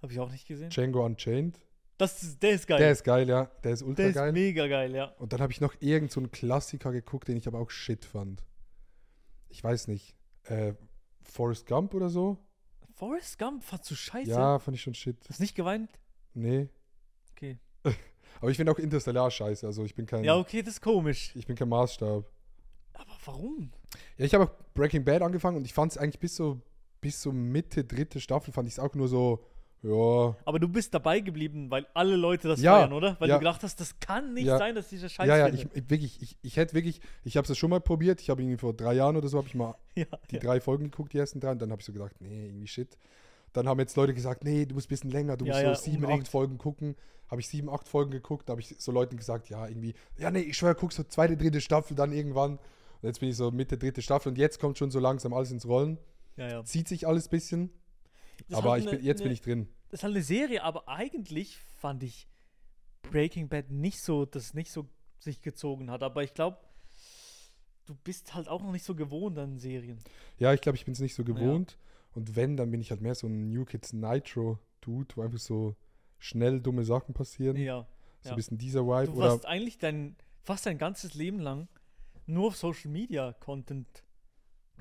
[SPEAKER 2] Habe ich auch nicht gesehen.
[SPEAKER 1] Django Unchained.
[SPEAKER 2] Das ist, der ist geil.
[SPEAKER 1] Der ist geil, ja. Der ist ultra
[SPEAKER 2] Der ist
[SPEAKER 1] geil.
[SPEAKER 2] mega geil, ja.
[SPEAKER 1] Und dann habe ich noch irgend so einen Klassiker geguckt, den ich aber auch shit fand. Ich weiß nicht. Äh, Forrest Gump oder so?
[SPEAKER 2] Forrest Gump fand so scheiße.
[SPEAKER 1] Ja, fand ich schon shit.
[SPEAKER 2] Hast du nicht geweint?
[SPEAKER 1] Nee.
[SPEAKER 2] Okay.
[SPEAKER 1] Aber ich finde auch Interstellar scheiße. Also ich bin kein,
[SPEAKER 2] Ja, okay, das ist komisch.
[SPEAKER 1] ich bin kein Maßstab.
[SPEAKER 2] Aber warum?
[SPEAKER 1] Ja, ich habe auch Breaking Bad angefangen und ich fand es eigentlich bis so, bis so Mitte, dritte Staffel fand ich es auch nur so, ja,
[SPEAKER 2] Aber du bist dabei geblieben, weil alle Leute das
[SPEAKER 1] Ja,
[SPEAKER 2] feiern, oder? Weil
[SPEAKER 1] ja.
[SPEAKER 2] du gedacht hast, das kann nicht
[SPEAKER 1] Ja.
[SPEAKER 2] sein, dass dieser Scheiß
[SPEAKER 1] ja, ja, ich,
[SPEAKER 2] findet.
[SPEAKER 1] ich wirklich, ich, ich hätte wirklich, ich habe es schon mal probiert, ich habe irgendwie vor drei Jahren oder so, habe ich mal
[SPEAKER 2] ja,
[SPEAKER 1] die
[SPEAKER 2] ja.
[SPEAKER 1] drei Folgen geguckt, die ersten drei und dann habe ich so gedacht, nee, irgendwie shit. Dann haben jetzt Leute gesagt, nee, du musst ein bisschen länger, du
[SPEAKER 2] Ja,
[SPEAKER 1] musst
[SPEAKER 2] ja, um
[SPEAKER 1] so sieben,
[SPEAKER 2] unbedingt.
[SPEAKER 1] acht Folgen gucken. Habe ich sieben, acht Folgen geguckt, habe ich so Leuten gesagt, ja, irgendwie, ja, nee, ich schwöre, guck so zweite, dritte Staffel dann irgendwann. Und jetzt bin ich so Mitte, dritte Staffel und jetzt kommt schon so langsam alles ins Rollen.
[SPEAKER 2] ja, ja.
[SPEAKER 1] Zieht sich alles ein bisschen,
[SPEAKER 2] Das
[SPEAKER 1] aber
[SPEAKER 2] hat
[SPEAKER 1] ich
[SPEAKER 2] eine-
[SPEAKER 1] bin, jetzt
[SPEAKER 2] eine,
[SPEAKER 1] bin ich drin.
[SPEAKER 2] Das ist halt eine Serie, aber eigentlich fand ich Breaking Bad nicht so, dass es nicht so sich gezogen hat. Aber ich glaube, du bist halt auch noch nicht so gewohnt an Serien.
[SPEAKER 1] Ja, ich glaube, ich bin es nicht so gewohnt. Und wenn, dann bin ich halt mehr so ein New Kids Nitro-Dude, wo einfach so schnell dumme Sachen passieren.
[SPEAKER 2] Ja.
[SPEAKER 1] so
[SPEAKER 2] ja.
[SPEAKER 1] ein bisschen dieser Vibe.
[SPEAKER 2] Du
[SPEAKER 1] Halt Oder
[SPEAKER 2] warst eigentlich dein, fast dein ganzes Leben lang nur auf Social Media Content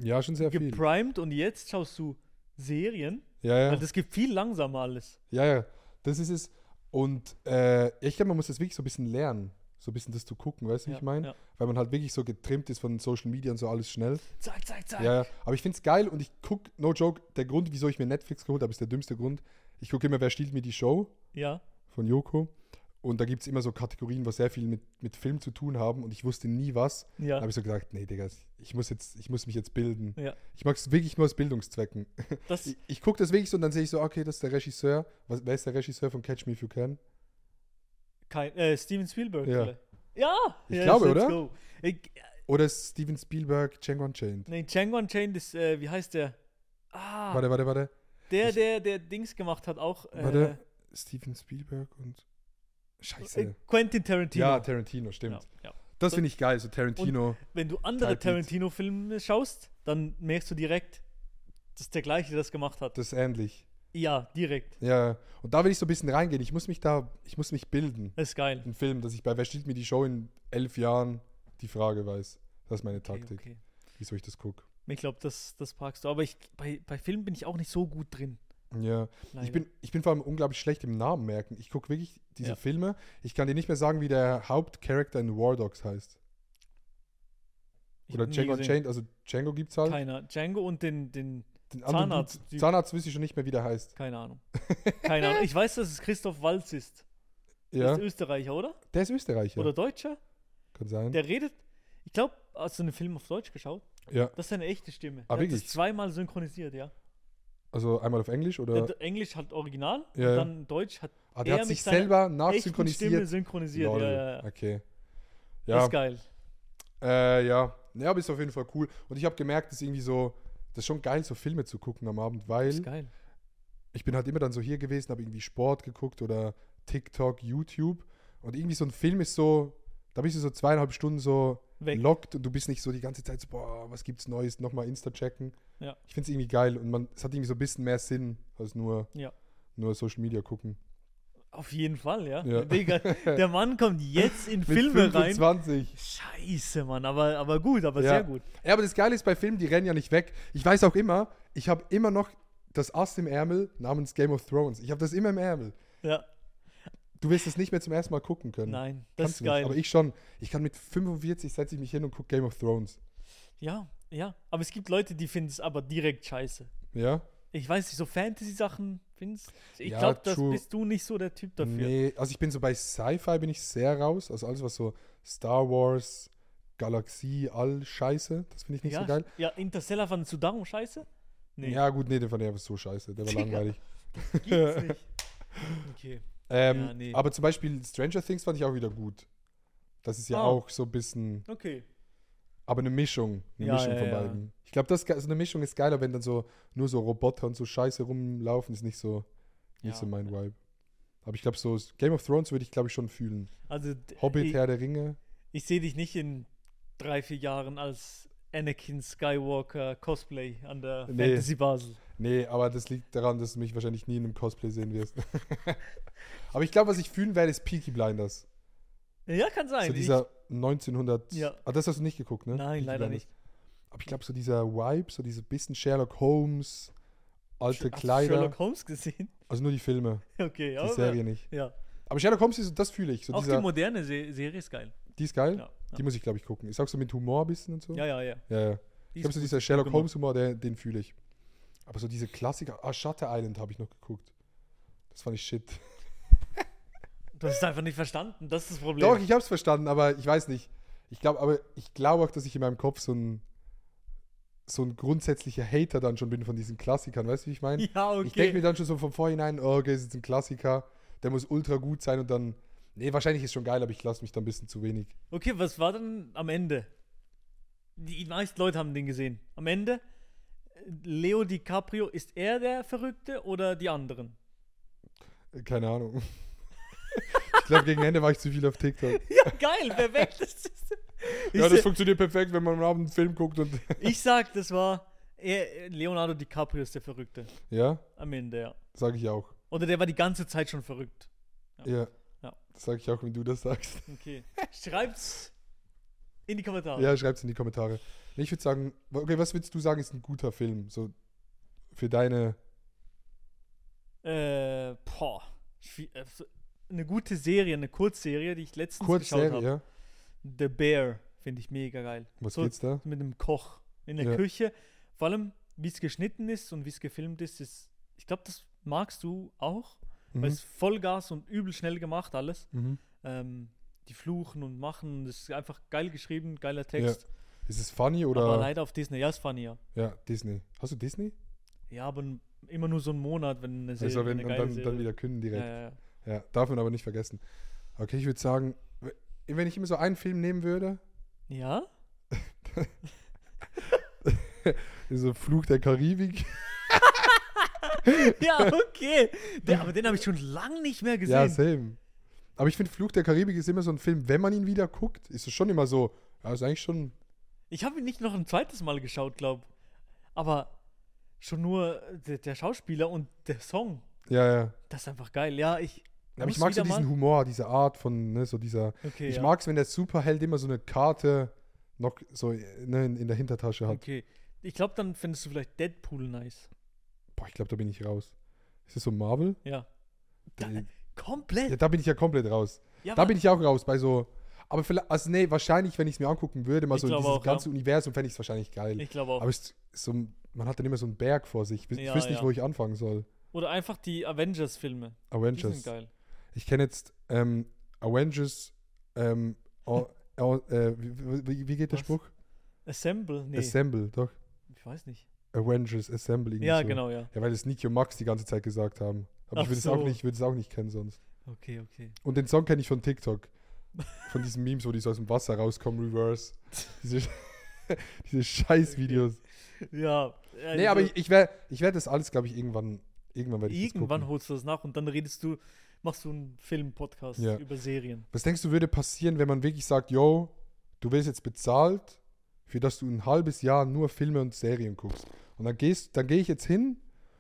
[SPEAKER 1] ja, schon sehr viel.
[SPEAKER 2] geprimed und jetzt schaust du Serien.
[SPEAKER 1] Ja, ja.
[SPEAKER 2] Also es gibt viel langsamer alles.
[SPEAKER 1] ja, ja. Das ist es. Und äh, ich glaube, man muss das wirklich so ein bisschen lernen. So ein bisschen das zu gucken, weißt du, wie
[SPEAKER 2] Ja,
[SPEAKER 1] ich meine?
[SPEAKER 2] ja.
[SPEAKER 1] Weil man halt wirklich so getrimmt ist von Social Media und so alles schnell.
[SPEAKER 2] Zack, zack, zack.
[SPEAKER 1] Ja, ja. Aber ich finde es geil und ich gucke, no joke, der Grund, wieso ich mir Netflix geholt habe, ist der dümmste Grund. Ich gucke immer, wer stiehlt mir die Show.
[SPEAKER 2] ja.
[SPEAKER 1] von Joko. Und da gibt es immer so Kategorien, was sehr viel mit, mit Film zu tun haben. Und ich wusste nie was. Da
[SPEAKER 2] ja.
[SPEAKER 1] habe ich so gesagt, nee, Digga, ich muss, jetzt, ich muss mich jetzt bilden.
[SPEAKER 2] Ja.
[SPEAKER 1] Ich mag es wirklich nur aus Bildungszwecken.
[SPEAKER 2] Das,
[SPEAKER 1] Ich, ich gucke das wirklich so und dann sehe ich so, okay, das ist der Regisseur. Was, wer ist der Regisseur von Catch Me If You Can?
[SPEAKER 2] Kein, äh, Steven Spielberg.
[SPEAKER 1] Ja.
[SPEAKER 2] vielleicht. Ja.
[SPEAKER 1] Ich
[SPEAKER 2] yes,
[SPEAKER 1] glaube,
[SPEAKER 2] let's
[SPEAKER 1] oder?
[SPEAKER 2] Go. Ich,
[SPEAKER 1] Oder ist Steven Spielberg, Django Unchained?
[SPEAKER 2] nee, Django Unchained ist, äh, wie heißt der? Ah,
[SPEAKER 1] Warte, warte, warte.
[SPEAKER 2] der,
[SPEAKER 1] ich-
[SPEAKER 2] der, der Dings gemacht hat auch. Äh,
[SPEAKER 1] Warte. Steven Spielberg und.
[SPEAKER 2] äh,
[SPEAKER 1] Scheiße.
[SPEAKER 2] Quentin Tarantino.
[SPEAKER 1] Ja, Tarantino, stimmt.
[SPEAKER 2] Ja, ja.
[SPEAKER 1] Das finde ich geil, so Tarantino.
[SPEAKER 2] Wenn du andere
[SPEAKER 1] Type Beat.
[SPEAKER 2] Tarantino-Filme schaust, dann merkst du direkt, das ist der gleiche, der das gemacht hat.
[SPEAKER 1] Das ist ähnlich.
[SPEAKER 2] Ja, direkt.
[SPEAKER 1] Ja. Und da will ich so ein bisschen reingehen. Ich muss mich da, ich muss mich bilden.
[SPEAKER 2] Das ist geil.
[SPEAKER 1] einen Film, dass ich bei Wer stiehlt mir die Show in elf Jahren die Frage weiß. Das ist meine
[SPEAKER 2] Okay,
[SPEAKER 1] Taktik,
[SPEAKER 2] okay.
[SPEAKER 1] wieso ich das gucke.
[SPEAKER 2] Ich glaube, das, das parkst du. Aber ich, bei, bei Filmen bin ich auch nicht so gut drin.
[SPEAKER 1] Ja,
[SPEAKER 2] leider.
[SPEAKER 1] ich bin, ich bin vor allem unglaublich schlecht im Namen merken. Ich gucke wirklich diese
[SPEAKER 2] Ja.
[SPEAKER 1] Filme. Ich kann dir nicht mehr sagen, wie der Hauptcharakter in War Dogs heißt.
[SPEAKER 2] Ich
[SPEAKER 1] Oder
[SPEAKER 2] hab nie
[SPEAKER 1] Django
[SPEAKER 2] gesehen.
[SPEAKER 1] Unchained, also Django gibt's halt.
[SPEAKER 2] Keiner. Django und den, den
[SPEAKER 1] Den anderen
[SPEAKER 2] Zahnarzt-
[SPEAKER 1] gibt's- Zahnarzt wüsste ich schon nicht mehr, wie der heißt.
[SPEAKER 2] keine Ahnung. Keine Ahnung. Ich weiß, dass es Christoph Walz ist. Der
[SPEAKER 1] Ja,
[SPEAKER 2] ist Österreicher, oder?
[SPEAKER 1] der ist Österreicher.
[SPEAKER 2] Oder Deutscher.
[SPEAKER 1] kann sein.
[SPEAKER 2] Der redet, ich glaube, hast du einen Film auf Deutsch geschaut?
[SPEAKER 1] ja,
[SPEAKER 2] Das ist seine echte Stimme.
[SPEAKER 1] Ah,
[SPEAKER 2] er hat das
[SPEAKER 1] wirklich?
[SPEAKER 2] zweimal synchronisiert, ja.
[SPEAKER 1] also einmal auf Englisch oder.
[SPEAKER 2] Der- Englisch halt original
[SPEAKER 1] Ja, ja.
[SPEAKER 2] und dann Deutsch hat
[SPEAKER 1] ah, der
[SPEAKER 2] er
[SPEAKER 1] hat
[SPEAKER 2] mit
[SPEAKER 1] sich
[SPEAKER 2] seiner
[SPEAKER 1] selber
[SPEAKER 2] echte Stimme
[SPEAKER 1] nachsynchronisiert.
[SPEAKER 2] synchronisiert. Ja,
[SPEAKER 1] Lol,
[SPEAKER 2] ja, ja.
[SPEAKER 1] Okay.
[SPEAKER 2] Das
[SPEAKER 1] Ja,
[SPEAKER 2] ist geil.
[SPEAKER 1] Äh, ja. Ja, aber ist auf jeden Fall cool. Und ich habe gemerkt, dass irgendwie so, das ist schon geil, so Filme zu gucken am Abend,
[SPEAKER 2] Das
[SPEAKER 1] weil
[SPEAKER 2] ist geil.
[SPEAKER 1] ich bin halt immer dann so hier gewesen, habe irgendwie Sport geguckt oder TikTok, YouTube. Und irgendwie so ein Film ist so, Da bist du so zweieinhalb Stunden so
[SPEAKER 2] Weg.
[SPEAKER 1] lockt und du bist nicht so die ganze Zeit so, boah, was gibt's Neues, nochmal Insta checken.
[SPEAKER 2] Ja.
[SPEAKER 1] Ich find's irgendwie geil und man, es hat irgendwie so ein bisschen mehr Sinn als nur,
[SPEAKER 2] Ja.
[SPEAKER 1] nur Social Media gucken.
[SPEAKER 2] Auf jeden Fall, ja.
[SPEAKER 1] Ja.
[SPEAKER 2] Digga, der Mann kommt jetzt in
[SPEAKER 1] Mit
[SPEAKER 2] Filme rein.
[SPEAKER 1] 25.
[SPEAKER 2] Scheiße, Mann, aber, aber gut, aber
[SPEAKER 1] Ja.
[SPEAKER 2] sehr gut.
[SPEAKER 1] Ja, aber das Geile ist bei Filmen, die rennen ja nicht weg. Ich weiß auch immer, ich habe immer noch das Ass im Ärmel namens Game of Thrones. Ich habe das immer im Ärmel.
[SPEAKER 2] Ja,
[SPEAKER 1] Du wirst es nicht mehr zum ersten Mal gucken können.
[SPEAKER 2] nein, das
[SPEAKER 1] Kannst
[SPEAKER 2] ist
[SPEAKER 1] du nicht.
[SPEAKER 2] geil.
[SPEAKER 1] Aber ich schon. Ich kann mit 45 setze ich mich hin und gucke Game of Thrones.
[SPEAKER 2] ja, ja, aber es gibt Leute, die finden es aber direkt scheiße.
[SPEAKER 1] Ja?
[SPEAKER 2] Ich weiß nicht, so Fantasy-Sachen findest Ich
[SPEAKER 1] Ja,
[SPEAKER 2] glaube, das
[SPEAKER 1] true.
[SPEAKER 2] bist du nicht so der Typ dafür.
[SPEAKER 1] Nee, also ich bin so bei Sci-Fi bin ich sehr raus. Also alles, was so Star Wars, Galaxie, all Scheiße, das finde ich nicht
[SPEAKER 2] ja,
[SPEAKER 1] so geil.
[SPEAKER 2] ja, Interstellar fandest du darum scheiße? Nee,
[SPEAKER 1] Ja, gut, nee, der fand ich einfach so scheiße. Der war
[SPEAKER 2] Digga.
[SPEAKER 1] langweilig.
[SPEAKER 2] gibt's nicht. Okay.
[SPEAKER 1] Ähm,
[SPEAKER 2] Ja, nee.
[SPEAKER 1] Aber zum Beispiel Stranger Things fand ich auch wieder gut. Das ist ja
[SPEAKER 2] Ah.
[SPEAKER 1] auch so ein bisschen.
[SPEAKER 2] Okay.
[SPEAKER 1] Aber eine Mischung. Eine
[SPEAKER 2] Ja,
[SPEAKER 1] Mischung
[SPEAKER 2] ja,
[SPEAKER 1] von
[SPEAKER 2] ja.
[SPEAKER 1] beiden. Ich glaube, das also eine Mischung ist geiler, wenn dann so nur so Roboter und so Scheiße rumlaufen, ist nicht so, nicht
[SPEAKER 2] Ja.
[SPEAKER 1] so mein Vibe. Aber ich glaube, so s- Game of Thrones würde ich, glaube ich, schon fühlen.
[SPEAKER 2] Also d-
[SPEAKER 1] Hobbit,
[SPEAKER 2] ich,
[SPEAKER 1] Herr der Ringe.
[SPEAKER 2] ich sehe dich nicht in drei, vier Jahren als Anakin Skywalker Cosplay an der
[SPEAKER 1] Nee.
[SPEAKER 2] Fantasy Basel.
[SPEAKER 1] Nee, aber das liegt daran, dass du mich wahrscheinlich nie in einem Cosplay sehen wirst. aber ich glaube, was ich fühlen werde, ist Peaky Blinders.
[SPEAKER 2] Ja, kann sein.
[SPEAKER 1] so
[SPEAKER 2] Ich-
[SPEAKER 1] dieser ne? 1900.
[SPEAKER 2] Ja.
[SPEAKER 1] Ah, das hast du nicht geguckt, ne?
[SPEAKER 2] Nein,
[SPEAKER 1] Peaky
[SPEAKER 2] leider
[SPEAKER 1] Blinders.
[SPEAKER 2] nicht.
[SPEAKER 1] Aber ich glaube, so dieser Vibe, so diese bisschen Sherlock Holmes, alte
[SPEAKER 2] Hast du
[SPEAKER 1] Kleider.
[SPEAKER 2] Sherlock Holmes gesehen?
[SPEAKER 1] Also nur die Filme,
[SPEAKER 2] Okay,
[SPEAKER 1] die
[SPEAKER 2] aber
[SPEAKER 1] Serie nicht.
[SPEAKER 2] ja.
[SPEAKER 1] Aber Sherlock Holmes, ist, das fühle ich. So
[SPEAKER 2] Auch
[SPEAKER 1] dieser,
[SPEAKER 2] die
[SPEAKER 1] die,
[SPEAKER 2] moderne Se Serie ist geil.
[SPEAKER 1] ist geil.
[SPEAKER 2] Ja,
[SPEAKER 1] Die muss ich, glaube ich, gucken. Ich sag so mit Humor ein bisschen und so.
[SPEAKER 2] ja, ja. ja.
[SPEAKER 1] ja. ja.
[SPEAKER 2] Die
[SPEAKER 1] Ich habe
[SPEAKER 2] ist
[SPEAKER 1] so
[SPEAKER 2] gut.
[SPEAKER 1] dieser Sherlock
[SPEAKER 2] gemacht.
[SPEAKER 1] Holmes Humor, der, den fühle ich. Aber so diese Klassiker. Ah, Shutter Island habe ich noch geguckt. Das fand ich shit.
[SPEAKER 2] Du hast es einfach nicht verstanden. Das ist das Problem.
[SPEAKER 1] Doch, ich habe es verstanden, aber ich weiß nicht. Ich glaube, aber ich glaube auch, dass ich in meinem Kopf so ein so ein grundsätzlicher Hater dann schon bin von diesen Klassikern. Weißt du, wie ich meine?
[SPEAKER 2] ja, okay.
[SPEAKER 1] Ich denke mir dann schon so von vorhinein, oh, okay, das ist ein Klassiker, der muss ultra gut sein und dann, nee, wahrscheinlich ist schon geil, aber ich lasse mich dann ein bisschen zu wenig.
[SPEAKER 2] okay, was war dann am Ende? Die meisten Leute haben den gesehen. Am Ende, Leo DiCaprio, ist er der Verrückte oder die anderen?
[SPEAKER 1] Keine Ahnung. ich glaube, gegen Ende war ich zu viel auf TikTok.
[SPEAKER 2] Ja, geil, perfekt. Das ist, ich,
[SPEAKER 1] ja, das
[SPEAKER 2] se-
[SPEAKER 1] funktioniert perfekt, wenn man am Abend einen Film guckt und.
[SPEAKER 2] ich sag, das war er, Leonardo DiCaprio ist der Verrückte.
[SPEAKER 1] ja,
[SPEAKER 2] Am Ende, ja.
[SPEAKER 1] sage ich auch.
[SPEAKER 2] Oder der war die ganze Zeit schon verrückt.
[SPEAKER 1] Ja.
[SPEAKER 2] Ja.
[SPEAKER 1] Das sage ich auch, wenn du das sagst.
[SPEAKER 2] Okay. Schreibt's in die Kommentare.
[SPEAKER 1] Ja, schreib's in die Kommentare. Nee, ich würde sagen, okay, was würdest du sagen, ist ein guter Film? So für deine.
[SPEAKER 2] Äh, boah. Schwie- äh, so- Eine gute Serie, eine Kurzserie, die ich letztens geschaut
[SPEAKER 1] Kurzserie,
[SPEAKER 2] habe.
[SPEAKER 1] ja?
[SPEAKER 2] The Bear finde ich mega geil.
[SPEAKER 1] Was
[SPEAKER 2] so
[SPEAKER 1] geht's da?
[SPEAKER 2] mit einem Koch in der
[SPEAKER 1] Ja.
[SPEAKER 2] Küche. Vor allem, wie es geschnitten ist und wie es gefilmt ist, ist, ich glaube, das magst du auch. Weil
[SPEAKER 1] Mhm.
[SPEAKER 2] es Vollgas und übel schnell gemacht alles.
[SPEAKER 1] Mhm.
[SPEAKER 2] Ähm, die fluchen und machen. Das ist einfach geil geschrieben, geiler Text.
[SPEAKER 1] Ist es funny
[SPEAKER 2] Aber
[SPEAKER 1] oder.
[SPEAKER 2] leider auf Disney. Ja, ist funny, ja.
[SPEAKER 1] Ja, Disney. Hast du Disney?
[SPEAKER 2] Ja, aber n- immer nur so einen Monat, wenn eine Serie.
[SPEAKER 1] Also wenn,
[SPEAKER 2] eine
[SPEAKER 1] und
[SPEAKER 2] geile
[SPEAKER 1] dann,
[SPEAKER 2] Serie-
[SPEAKER 1] dann wieder künden direkt.
[SPEAKER 2] Ja, ja, ja.
[SPEAKER 1] Ja, darf man aber nicht vergessen. Okay, ich würde sagen, w- wenn ich immer so einen Film nehmen würde,
[SPEAKER 2] ja?
[SPEAKER 1] so Flug der Karibik.
[SPEAKER 2] Ja, okay. Der, aber den habe ich schon lange nicht mehr gesehen.
[SPEAKER 1] Ja, same. Aber ich finde, Flug der Karibik ist immer so ein Film, wenn man ihn wieder guckt, ist es schon immer so, ja, ist eigentlich schon,
[SPEAKER 2] ich habe ihn nicht noch ein zweites Mal geschaut, glaube Aber schon nur äh, der, der Schauspieler und der Song.
[SPEAKER 1] ja, ja.
[SPEAKER 2] Das ist einfach geil. Ja, ich.
[SPEAKER 1] Aber ich
[SPEAKER 2] muss
[SPEAKER 1] mag so
[SPEAKER 2] wieder
[SPEAKER 1] diesen
[SPEAKER 2] mal-
[SPEAKER 1] Humor, diese Art von, ne, so dieser,
[SPEAKER 2] Okay,
[SPEAKER 1] ich
[SPEAKER 2] ja.
[SPEAKER 1] mag es, wenn der Superheld immer so eine Karte noch so ne, in, in der Hintertasche hat.
[SPEAKER 2] Okay. Ich glaube, dann findest du vielleicht Deadpool nice.
[SPEAKER 1] Boah, ich glaube, da bin ich raus. Ist das so Marvel?
[SPEAKER 2] Ja.
[SPEAKER 1] Da,
[SPEAKER 2] Komplett.
[SPEAKER 1] ja, da bin ich ja komplett raus.
[SPEAKER 2] Ja,
[SPEAKER 1] Da
[SPEAKER 2] aber-
[SPEAKER 1] bin ich auch raus bei so. Aber vielleicht, also nee, wahrscheinlich, wenn ich es mir angucken würde, mal
[SPEAKER 2] Ich
[SPEAKER 1] so dieses
[SPEAKER 2] glaube auch, ja.
[SPEAKER 1] ganze Universum, fände ich es wahrscheinlich geil.
[SPEAKER 2] ich glaube auch.
[SPEAKER 1] Aber es, ist so, ein- man hat dann immer so einen Berg vor sich. Ich,
[SPEAKER 2] Ja,
[SPEAKER 1] ich wüsste nicht,
[SPEAKER 2] ja.
[SPEAKER 1] wo ich anfangen soll.
[SPEAKER 2] Oder einfach die Avengers-Filme. Die sind
[SPEAKER 1] Avengers.
[SPEAKER 2] geil.
[SPEAKER 1] Ich kenne jetzt ähm, Avengers. Ähm, o- o- äh, wie, wie, wie geht der
[SPEAKER 2] Was?
[SPEAKER 1] Spruch?
[SPEAKER 2] Assemble? Nee.
[SPEAKER 1] Assemble, doch.
[SPEAKER 2] ich weiß nicht.
[SPEAKER 1] Avengers Assemble. irgendwie
[SPEAKER 2] Ja,
[SPEAKER 1] so.
[SPEAKER 2] genau, ja.
[SPEAKER 1] Ja, weil das Niki und Max die ganze Zeit gesagt haben. Aber
[SPEAKER 2] Ach
[SPEAKER 1] ich würde es
[SPEAKER 2] so.
[SPEAKER 1] auch nicht, ich würde es auch nicht kennen sonst.
[SPEAKER 2] Okay, okay.
[SPEAKER 1] Und den Song kenne ich von TikTok. Von diesen Memes, wo die so aus dem Wasser rauskommen, reverse. Diese, diese Scheiß-Videos.
[SPEAKER 2] Ja.
[SPEAKER 1] Nee,
[SPEAKER 2] also-
[SPEAKER 1] aber ich, ich werde ich werd das alles, glaube ich, irgendwann, irgendwann werde ich das
[SPEAKER 2] Irgendwann
[SPEAKER 1] gucken.
[SPEAKER 2] holst du das nach und dann redest du machst du einen Film-Podcast
[SPEAKER 1] Ja.
[SPEAKER 2] über Serien.
[SPEAKER 1] Was denkst du, würde passieren, wenn man wirklich sagt, yo, du wirst jetzt bezahlt, für das du ein halbes Jahr nur Filme und Serien guckst? Und dann gehst, dann gehe ich jetzt hin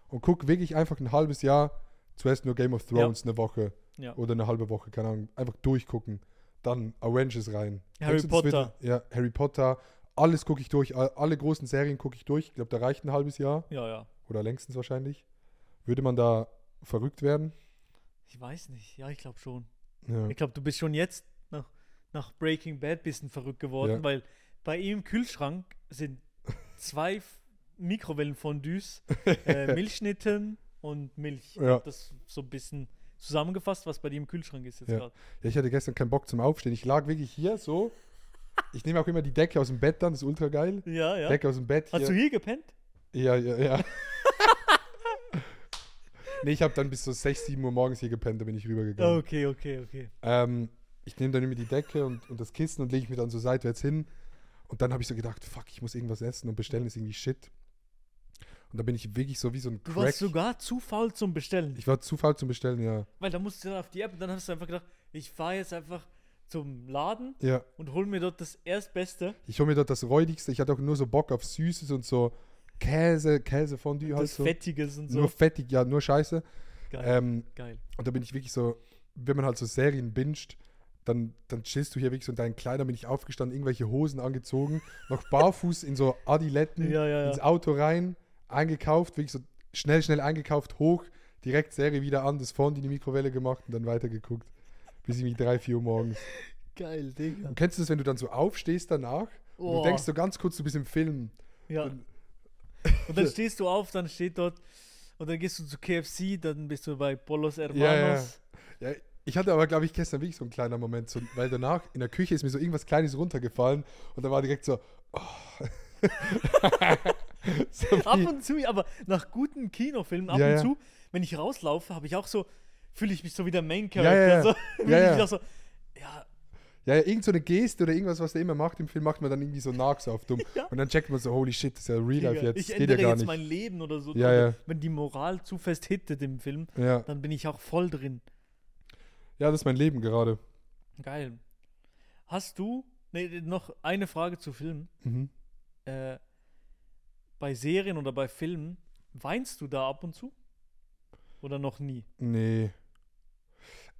[SPEAKER 1] und gucke wirklich einfach ein halbes Jahr zuerst nur Game of Thrones eine Woche
[SPEAKER 2] Ja.
[SPEAKER 1] oder eine halbe Woche, keine Ahnung, einfach durchgucken, dann Avengers rein.
[SPEAKER 2] Harry
[SPEAKER 1] Denkst du, das
[SPEAKER 2] Potter.
[SPEAKER 1] Wird, ja, Harry Potter, alles gucke ich durch, all- alle großen Serien gucke ich durch. Ich glaube, da reicht ein halbes Jahr
[SPEAKER 2] Ja, ja.
[SPEAKER 1] oder längstens wahrscheinlich. Würde man da verrückt werden?
[SPEAKER 2] Ich weiß nicht. Ja, ich glaube schon.
[SPEAKER 1] Ja.
[SPEAKER 2] Ich glaube, du bist schon jetzt nach, nach Breaking Bad bisschen verrückt geworden,
[SPEAKER 1] Ja.
[SPEAKER 2] weil bei ihm im Kühlschrank sind zwei F- Mikrowellenfondues, äh, Milchschnitten und Milch. Ich
[SPEAKER 1] Ja.
[SPEAKER 2] hab Das so ein bisschen zusammengefasst, was bei dir im Kühlschrank ist jetzt
[SPEAKER 1] Ja.
[SPEAKER 2] gerade.
[SPEAKER 1] Ja, ich hatte gestern keinen Bock zum Aufstehen. Ich lag wirklich hier so. Ich nehme auch immer die Decke aus dem Bett dann, das ist ultra geil.
[SPEAKER 2] Ja, ja.
[SPEAKER 1] Decke aus dem Bett.
[SPEAKER 2] Hast du hier gepennt?
[SPEAKER 1] Ja, ja, ja. nee, ich habe dann bis so 6, 7 Uhr morgens hier gepennt, da bin ich rübergegangen.
[SPEAKER 2] Okay, okay, okay.
[SPEAKER 1] Ähm, ich nehme dann immer die Decke und, und das Kissen und lege ich mir dann so seitwärts hin. Und dann habe ich so gedacht, fuck, ich muss irgendwas essen und bestellen ist irgendwie shit. Und da bin ich wirklich so wie so ein
[SPEAKER 2] Du
[SPEAKER 1] Crack.
[SPEAKER 2] warst sogar zu faul zum Bestellen.
[SPEAKER 1] ich war zu faul zum Bestellen, ja.
[SPEAKER 2] weil da musst du dann auf die App und dann hast du einfach gedacht, ich fahre jetzt einfach zum Laden
[SPEAKER 1] Ja.
[SPEAKER 2] und hol mir dort das Erstbeste.
[SPEAKER 1] Ich hole mir dort das Räudigste. Ich hatte auch nur so Bock auf Süßes und so Käse, Käsefondue halt
[SPEAKER 2] das
[SPEAKER 1] so.
[SPEAKER 2] Fettiges und so.
[SPEAKER 1] Nur fettig, ja, nur Scheiße.
[SPEAKER 2] Geil,
[SPEAKER 1] Ähm,
[SPEAKER 2] geil.
[SPEAKER 1] und da bin ich wirklich so, wenn man halt so Serien binscht, dann, dann chillst du hier wirklich so in deinen Kleidern, bin ich aufgestanden, irgendwelche Hosen angezogen, noch barfuß in so Adiletten
[SPEAKER 2] Ja, ja, ja.
[SPEAKER 1] ins Auto rein, eingekauft, wirklich so schnell, schnell eingekauft, hoch, direkt Serie wieder an, das Fondue in die Mikrowelle gemacht und dann weitergeguckt. Bis irgendwie 3, 4 Uhr morgens.
[SPEAKER 2] Geil, Digga.
[SPEAKER 1] Und kennst du das, wenn du dann so aufstehst danach und
[SPEAKER 2] Oh.
[SPEAKER 1] du denkst so ganz kurz, du bist im Film.
[SPEAKER 2] Ja. Und dann stehst du auf, dann steht dort und dann gehst du zu KFC, dann bist du bei Polos Hermanos.
[SPEAKER 1] Ja, ich hatte aber, glaube ich, gestern wirklich so einen kleinen Moment, so, weil danach in der Küche ist mir so irgendwas Kleines runtergefallen und da war direkt so, oh. so
[SPEAKER 2] Ab
[SPEAKER 1] wie-
[SPEAKER 2] und zu, aber nach guten Kinofilmen, ab
[SPEAKER 1] Ja,
[SPEAKER 2] und
[SPEAKER 1] ja.
[SPEAKER 2] zu, wenn ich rauslaufe, habe ich auch so, fühle ich mich so wie der Main
[SPEAKER 1] Ja,
[SPEAKER 2] Character.
[SPEAKER 1] ja,
[SPEAKER 2] So,
[SPEAKER 1] ja.
[SPEAKER 2] Bin
[SPEAKER 1] Ja,
[SPEAKER 2] ich
[SPEAKER 1] ja.
[SPEAKER 2] wieder so, ja,
[SPEAKER 1] ja, ja, irgend so eine Geste oder irgendwas, was der immer macht im Film, macht man dann irgendwie so Narcs auf dumm.
[SPEAKER 2] Ja.
[SPEAKER 1] Und dann checkt man so, holy shit, das ist ja Real Life
[SPEAKER 2] Digga,
[SPEAKER 1] jetzt,
[SPEAKER 2] ich
[SPEAKER 1] das geht ja
[SPEAKER 2] ändere
[SPEAKER 1] gar
[SPEAKER 2] jetzt
[SPEAKER 1] nicht.
[SPEAKER 2] mein Leben oder so.
[SPEAKER 1] Ja,
[SPEAKER 2] Oder
[SPEAKER 1] ja.
[SPEAKER 2] Wenn die Moral zu fest hittet im Film,
[SPEAKER 1] Ja.
[SPEAKER 2] dann bin ich auch voll drin.
[SPEAKER 1] ja, das ist mein Leben gerade.
[SPEAKER 2] Geil. Hast du, nee, noch eine Frage zu Filmen.
[SPEAKER 1] Mhm.
[SPEAKER 2] äh, bei Serien oder bei Filmen, weinst du da ab und zu? Oder noch nie?
[SPEAKER 1] Nee.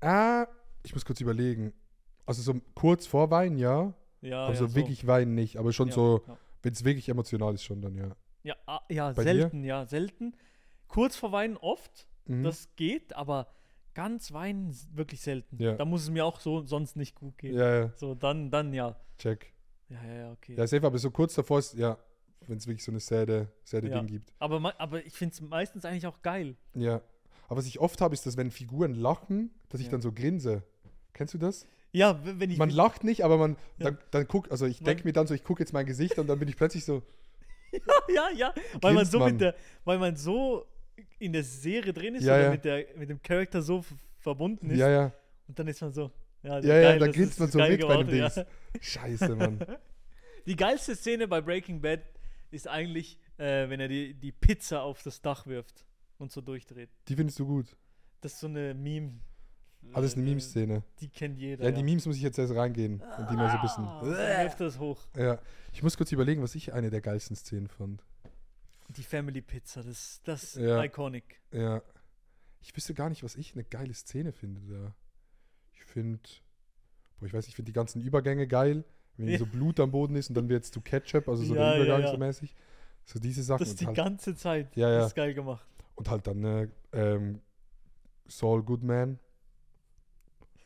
[SPEAKER 1] Ah, ich muss kurz überlegen. Also so kurz vor Wein, ja,
[SPEAKER 2] Ja,
[SPEAKER 1] aber
[SPEAKER 2] Ah, ja,
[SPEAKER 1] so, Also wirklich Wein nicht, aber schon
[SPEAKER 2] ja,
[SPEAKER 1] so,
[SPEAKER 2] Ja,
[SPEAKER 1] wenn es wirklich emotional ist, schon dann, ja.
[SPEAKER 2] ja, ah, ja
[SPEAKER 1] Bei dir?
[SPEAKER 2] selten, ja, selten. Kurz vor Weinen oft,
[SPEAKER 1] Mhm.
[SPEAKER 2] das geht, aber ganz weinen s- wirklich selten.
[SPEAKER 1] Ja.
[SPEAKER 2] Da muss es mir auch so sonst nicht gut gehen.
[SPEAKER 1] Ja, ja,
[SPEAKER 2] So, dann, dann ja.
[SPEAKER 1] check.
[SPEAKER 2] Ja, ja, ja, okay.
[SPEAKER 1] Ja, safe, aber so kurz davor ist, ja, wenn es wirklich so eine säde, säde
[SPEAKER 2] Ja.
[SPEAKER 1] Ding gibt.
[SPEAKER 2] Aber, ma- aber ich finde es meistens eigentlich auch geil.
[SPEAKER 1] Ja. Aber was ich oft habe, ist, dass wenn Figuren lachen, dass ich
[SPEAKER 2] Ja.
[SPEAKER 1] dann so grinse. Kennst du das?
[SPEAKER 2] Ja, w- wenn ich.
[SPEAKER 1] Man lacht nicht, aber man,
[SPEAKER 2] Ja.
[SPEAKER 1] dann, dann guckt, also ich
[SPEAKER 2] Man-
[SPEAKER 1] denke mir dann so, ich gucke jetzt mein Gesicht und dann bin ich plötzlich so,
[SPEAKER 2] ja, ja. Weil man
[SPEAKER 1] Grinst
[SPEAKER 2] so
[SPEAKER 1] man.
[SPEAKER 2] mit der, weil man so in der Serie drin ist
[SPEAKER 1] Ja,
[SPEAKER 2] oder
[SPEAKER 1] ja.
[SPEAKER 2] mit der mit dem Charakter so f- verbunden ist.
[SPEAKER 1] ja, ja,
[SPEAKER 2] Und dann ist man so.
[SPEAKER 1] ja,
[SPEAKER 2] Ja,
[SPEAKER 1] ja,
[SPEAKER 2] geil,
[SPEAKER 1] dann
[SPEAKER 2] das
[SPEAKER 1] grinst
[SPEAKER 2] ist
[SPEAKER 1] man so
[SPEAKER 2] geil
[SPEAKER 1] mit bei dem
[SPEAKER 2] geworden,
[SPEAKER 1] Dings. Scheiße, Mann.
[SPEAKER 2] Die geilste Szene bei Breaking Bad ist eigentlich, äh, wenn er die, die Pizza auf das Dach wirft und so durchdreht.
[SPEAKER 1] Die findest du gut.
[SPEAKER 2] Das ist so eine Meme.
[SPEAKER 1] Ah, das ist eine
[SPEAKER 2] äh,
[SPEAKER 1] Meme-Szene.
[SPEAKER 2] Die kennt jeder.
[SPEAKER 1] Ja, die Memes muss ich jetzt erst reingehen und die mal so ein
[SPEAKER 2] Ah, dann wirft
[SPEAKER 1] bisschen.
[SPEAKER 2] er das hoch.
[SPEAKER 1] Ja, ich muss kurz überlegen, was ich eine der geilsten Szenen fand.
[SPEAKER 2] Die Family Pizza, das, das ist
[SPEAKER 1] Ja.
[SPEAKER 2] iconic.
[SPEAKER 1] Ja. Ich wüsste gar nicht, was ich eine geile Szene finde da. Ich finde, boah, ich weiß, nicht, ich finde die ganzen Übergänge geil, wenn hier
[SPEAKER 2] Ja.
[SPEAKER 1] so Blut am Boden ist und dann wird es zu Ketchup, also so der
[SPEAKER 2] Ja, ja,
[SPEAKER 1] Übergang
[SPEAKER 2] ja.
[SPEAKER 1] so mäßig. So diese Sachen.
[SPEAKER 2] Das
[SPEAKER 1] und,
[SPEAKER 2] die
[SPEAKER 1] halt,
[SPEAKER 2] ganze Zeit.
[SPEAKER 1] Ja, ja.
[SPEAKER 2] Das ist geil gemacht.
[SPEAKER 1] und halt dann ne, ähm, Saul Goodman.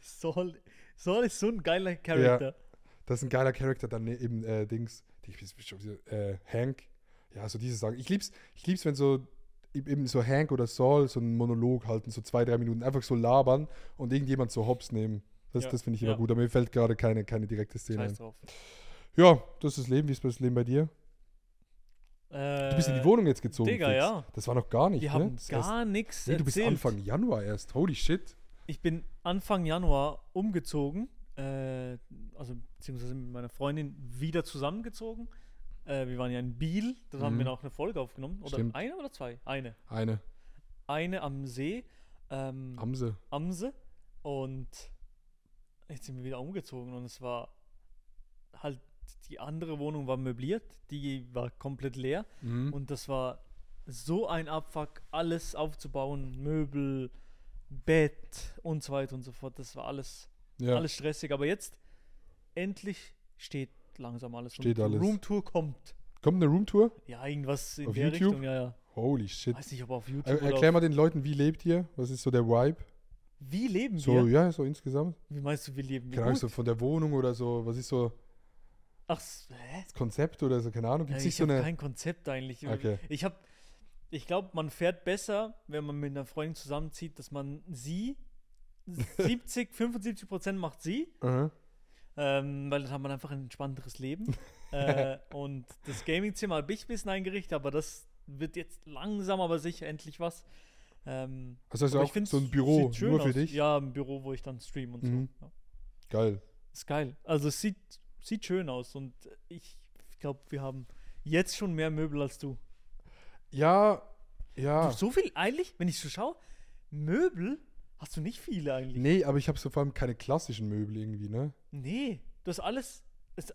[SPEAKER 2] Saul, Saul ist so ein geiler Charakter.
[SPEAKER 1] Das ist ein geiler Charakter. Dann ne- eben äh, Dings, die- ich weiß schon wieder, äh, Hank. Ja, so diese Sachen. Ich lieb's, ich lieb's, wenn so e- eben so Hank oder Saul so einen Monolog halten, so zwei, drei Minuten, einfach so labern und irgendjemand so hops nehmen. Das,
[SPEAKER 2] Ja,
[SPEAKER 1] das finde ich immer
[SPEAKER 2] ja.
[SPEAKER 1] gut, aber mir fällt gerade keine, keine direkte Szene ein.
[SPEAKER 2] Scheiß drauf.
[SPEAKER 1] Ja, das ist das Leben. Wie ist das Leben bei dir? Du bist in die Wohnung jetzt gezogen.
[SPEAKER 2] Äh, Digga,
[SPEAKER 1] Fix.
[SPEAKER 2] ja.
[SPEAKER 1] Das war noch gar nicht.
[SPEAKER 2] Die
[SPEAKER 1] ne?
[SPEAKER 2] haben
[SPEAKER 1] Das erst,
[SPEAKER 2] gar nichts
[SPEAKER 1] nee, du bist
[SPEAKER 2] erzählt.
[SPEAKER 1] Anfang Januar erst. Holy shit.
[SPEAKER 2] Ich bin Anfang Januar umgezogen, äh, also beziehungsweise mit meiner Freundin wieder zusammengezogen. Äh, wir waren ja in Biel, da haben
[SPEAKER 1] Mhm.
[SPEAKER 2] wir noch eine Folge aufgenommen. Oder
[SPEAKER 1] Stimmt.
[SPEAKER 2] eine oder zwei? Eine.
[SPEAKER 1] Eine.
[SPEAKER 2] Eine am See, ähm,
[SPEAKER 1] Amse.
[SPEAKER 2] Amse. Und jetzt sind wir wieder umgezogen und es war halt, die andere Wohnung war möbliert, die war komplett leer
[SPEAKER 1] Mhm.
[SPEAKER 2] und das war so ein Abfuck, alles aufzubauen, Möbel, Bett und so weiter und so fort. Das war alles,
[SPEAKER 1] ja.
[SPEAKER 2] alles stressig, aber jetzt endlich steht langsam alles.
[SPEAKER 1] Steht
[SPEAKER 2] und
[SPEAKER 1] alles.
[SPEAKER 2] Roomtour kommt.
[SPEAKER 1] Kommt eine Roomtour?
[SPEAKER 2] Ja, irgendwas in
[SPEAKER 1] Auf
[SPEAKER 2] der
[SPEAKER 1] YouTube?
[SPEAKER 2] Richtung, ja, ja.
[SPEAKER 1] Holy shit.
[SPEAKER 2] Weiß nicht, ob auf YouTube
[SPEAKER 1] Er,
[SPEAKER 2] oder
[SPEAKER 1] erklär
[SPEAKER 2] auf,
[SPEAKER 1] mal den Leuten, wie lebt ihr? Was ist so der Vibe?
[SPEAKER 2] Wie leben
[SPEAKER 1] So,
[SPEAKER 2] wir?
[SPEAKER 1] ja, so insgesamt.
[SPEAKER 2] Wie meinst du, wie leben wir?
[SPEAKER 1] Keine Ahnung,
[SPEAKER 2] Gut?
[SPEAKER 1] so von der Wohnung oder so. Was ist so
[SPEAKER 2] Ach, s- hä?
[SPEAKER 1] das Konzept oder so? Keine Ahnung. Gibt
[SPEAKER 2] Ja,
[SPEAKER 1] es
[SPEAKER 2] Äh, ich
[SPEAKER 1] nicht so
[SPEAKER 2] habe
[SPEAKER 1] eine.
[SPEAKER 2] kein Konzept eigentlich.
[SPEAKER 1] Okay.
[SPEAKER 2] Ich habe, ich glaube, man fährt besser, wenn man mit einer Freundin zusammenzieht, dass man sie 70, 75 Prozent macht sie,
[SPEAKER 1] Aha.
[SPEAKER 2] ähm, weil dann hat man einfach ein entspannteres Leben. äh, und das Gaming-Zimmer habe ich ein bisschen eingerichtet, aber das wird jetzt langsam, aber sicher endlich was. Ähm,
[SPEAKER 1] Also, also
[SPEAKER 2] aber
[SPEAKER 1] auch
[SPEAKER 2] find's-
[SPEAKER 1] so ein Büro
[SPEAKER 2] sieht schön
[SPEAKER 1] nur für
[SPEAKER 2] aus.
[SPEAKER 1] dich?
[SPEAKER 2] Ja, ein Büro, wo ich dann stream und
[SPEAKER 1] Mhm.
[SPEAKER 2] so. Ja.
[SPEAKER 1] Geil.
[SPEAKER 2] Ist geil. Also es sieht, sieht schön aus und ich glaube, wir haben jetzt schon mehr Möbel als du.
[SPEAKER 1] Ja, ja.
[SPEAKER 2] So viel eigentlich, wenn ich so schaue, Möbel hast du nicht viele eigentlich.
[SPEAKER 1] Nee, aber ich habe so vor allem keine klassischen Möbel irgendwie, ne?
[SPEAKER 2] Nee, du hast alles, ist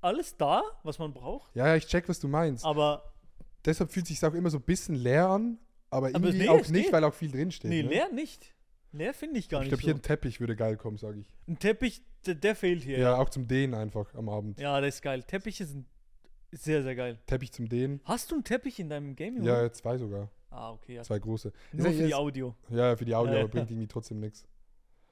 [SPEAKER 2] alles da, was man braucht,
[SPEAKER 1] Ja, ja, ich check, was du meinst.
[SPEAKER 2] aber
[SPEAKER 1] Deshalb fühlt sich auch immer so ein bisschen leer an, aber irgendwie
[SPEAKER 2] nee,
[SPEAKER 1] auch
[SPEAKER 2] es
[SPEAKER 1] nicht,
[SPEAKER 2] geht.
[SPEAKER 1] weil auch viel drinsteht.
[SPEAKER 2] nee,
[SPEAKER 1] ne?
[SPEAKER 2] leer nicht. Leer finde ich gar
[SPEAKER 1] Ich
[SPEAKER 2] nicht.
[SPEAKER 1] glaube, hier
[SPEAKER 2] so.
[SPEAKER 1] ein Teppich würde geil kommen, sage ich.
[SPEAKER 2] Ein Teppich, der, der fehlt hier.
[SPEAKER 1] Ja.
[SPEAKER 2] Ja.
[SPEAKER 1] auch zum Dehnen einfach am Abend.
[SPEAKER 2] ja, der ist geil. Teppiche sind sehr, sehr geil.
[SPEAKER 1] Teppich zum Dehnen.
[SPEAKER 2] Hast du einen Teppich in deinem Gaming?
[SPEAKER 1] Ja,
[SPEAKER 2] Room?
[SPEAKER 1] ja, zwei sogar.
[SPEAKER 2] Ah, okay. Ja.
[SPEAKER 1] Zwei große. Ist
[SPEAKER 2] Nur
[SPEAKER 1] ja-
[SPEAKER 2] für
[SPEAKER 1] ist-
[SPEAKER 2] die Audio.
[SPEAKER 1] Ja, ja, für die Audio,
[SPEAKER 2] Ja,
[SPEAKER 1] aber
[SPEAKER 2] ja.
[SPEAKER 1] bringt irgendwie trotzdem nichts.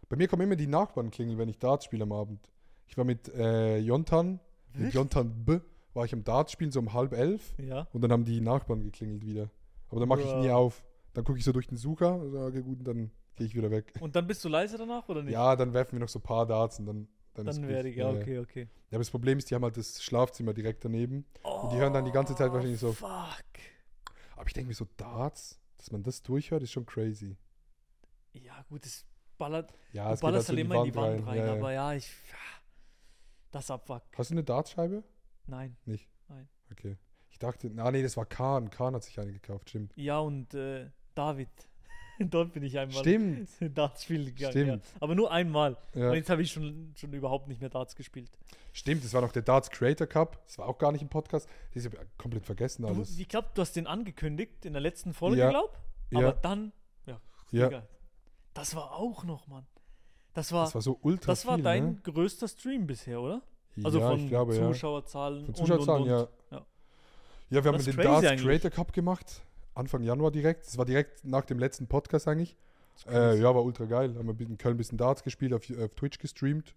[SPEAKER 1] Bei mir kommen immer die Nachbarn klingeln, wenn ich Dart spiele am Abend. Ich war mit äh, Jontan, mit
[SPEAKER 2] Wirklich?
[SPEAKER 1] Jontan B, war ich am Dart spielen so um halb elf.
[SPEAKER 2] Ja.
[SPEAKER 1] Und dann haben die Nachbarn geklingelt wieder. Aber dann mache ich
[SPEAKER 2] Bruh.
[SPEAKER 1] nie auf. Dann gucke ich so durch den Sucher und sage, gut, und dann gehe ich wieder weg.
[SPEAKER 2] Und dann bist du leise danach oder nicht?
[SPEAKER 1] Ja, dann werfen wir noch so ein paar Darts und dann, dann, ist
[SPEAKER 2] Dann
[SPEAKER 1] gut.
[SPEAKER 2] werde ich, ja,
[SPEAKER 1] ja.
[SPEAKER 2] okay, okay.
[SPEAKER 1] Ja, aber das Problem ist, die haben halt das Schlafzimmer direkt daneben. Und die hören dann die ganze Zeit wahrscheinlich so.
[SPEAKER 2] Oh, Fuck.
[SPEAKER 1] Aber ich denke mir so, Darts, dass man das durchhört, ist schon crazy.
[SPEAKER 2] Ja, gut, es ballert,
[SPEAKER 1] Ja,
[SPEAKER 2] ja,
[SPEAKER 1] es
[SPEAKER 2] es
[SPEAKER 1] geht halt
[SPEAKER 2] ballerst
[SPEAKER 1] so in
[SPEAKER 2] halt
[SPEAKER 1] die
[SPEAKER 2] immer
[SPEAKER 1] Wand,
[SPEAKER 2] in die Wand rein,
[SPEAKER 1] rein. Ja, ja.
[SPEAKER 2] aber ja, ich. Das Abfuck.
[SPEAKER 1] Hast du eine Dartscheibe?
[SPEAKER 2] Nein.
[SPEAKER 1] Nicht?
[SPEAKER 2] Nein.
[SPEAKER 1] Okay. Ich dachte, na nee, das war Kahn. Kahn hat sich eine gekauft, stimmt.
[SPEAKER 2] Ja, und äh, David. Dort bin ich einmal
[SPEAKER 1] Stimmt.
[SPEAKER 2] Darts spielen gegangen.
[SPEAKER 1] Stimmt.
[SPEAKER 2] Ja. Aber nur einmal.
[SPEAKER 1] Ja.
[SPEAKER 2] Und jetzt habe ich schon, schon überhaupt nicht mehr Darts gespielt.
[SPEAKER 1] Stimmt, das war noch der Darts Creator Cup. Das war auch gar nicht im Podcast. Das ist ja komplett vergessen
[SPEAKER 2] Du,
[SPEAKER 1] alles.
[SPEAKER 2] ich glaube, du hast den angekündigt in der letzten Folge,
[SPEAKER 1] Ja.
[SPEAKER 2] glaub.
[SPEAKER 1] Ja.
[SPEAKER 2] Aber dann. Ja,
[SPEAKER 1] Ja.
[SPEAKER 2] Digga, Das war auch noch, Mann. Das war,
[SPEAKER 1] Das war so ultra
[SPEAKER 2] das war
[SPEAKER 1] viel,
[SPEAKER 2] dein
[SPEAKER 1] ne?
[SPEAKER 2] größter Stream bisher, oder? Also
[SPEAKER 1] ja,
[SPEAKER 2] von
[SPEAKER 1] ich glaube, ja.
[SPEAKER 2] Zuschauerzahlen
[SPEAKER 1] Von
[SPEAKER 2] und,
[SPEAKER 1] Zuschauerzahlen,
[SPEAKER 2] und, und.
[SPEAKER 1] ja.
[SPEAKER 2] Ja.
[SPEAKER 1] Ja, wir haben
[SPEAKER 2] Das ist
[SPEAKER 1] den
[SPEAKER 2] crazy
[SPEAKER 1] Darts
[SPEAKER 2] eigentlich.
[SPEAKER 1] Creator Cup gemacht. Anfang Januar direkt. Das war direkt nach dem letzten Podcast eigentlich.
[SPEAKER 2] Das ist
[SPEAKER 1] Äh,
[SPEAKER 2] crazy.
[SPEAKER 1] ja, war ultra geil. Haben wir ein bisschen- in Köln ein bisschen Darts gespielt, auf, auf Twitch gestreamt.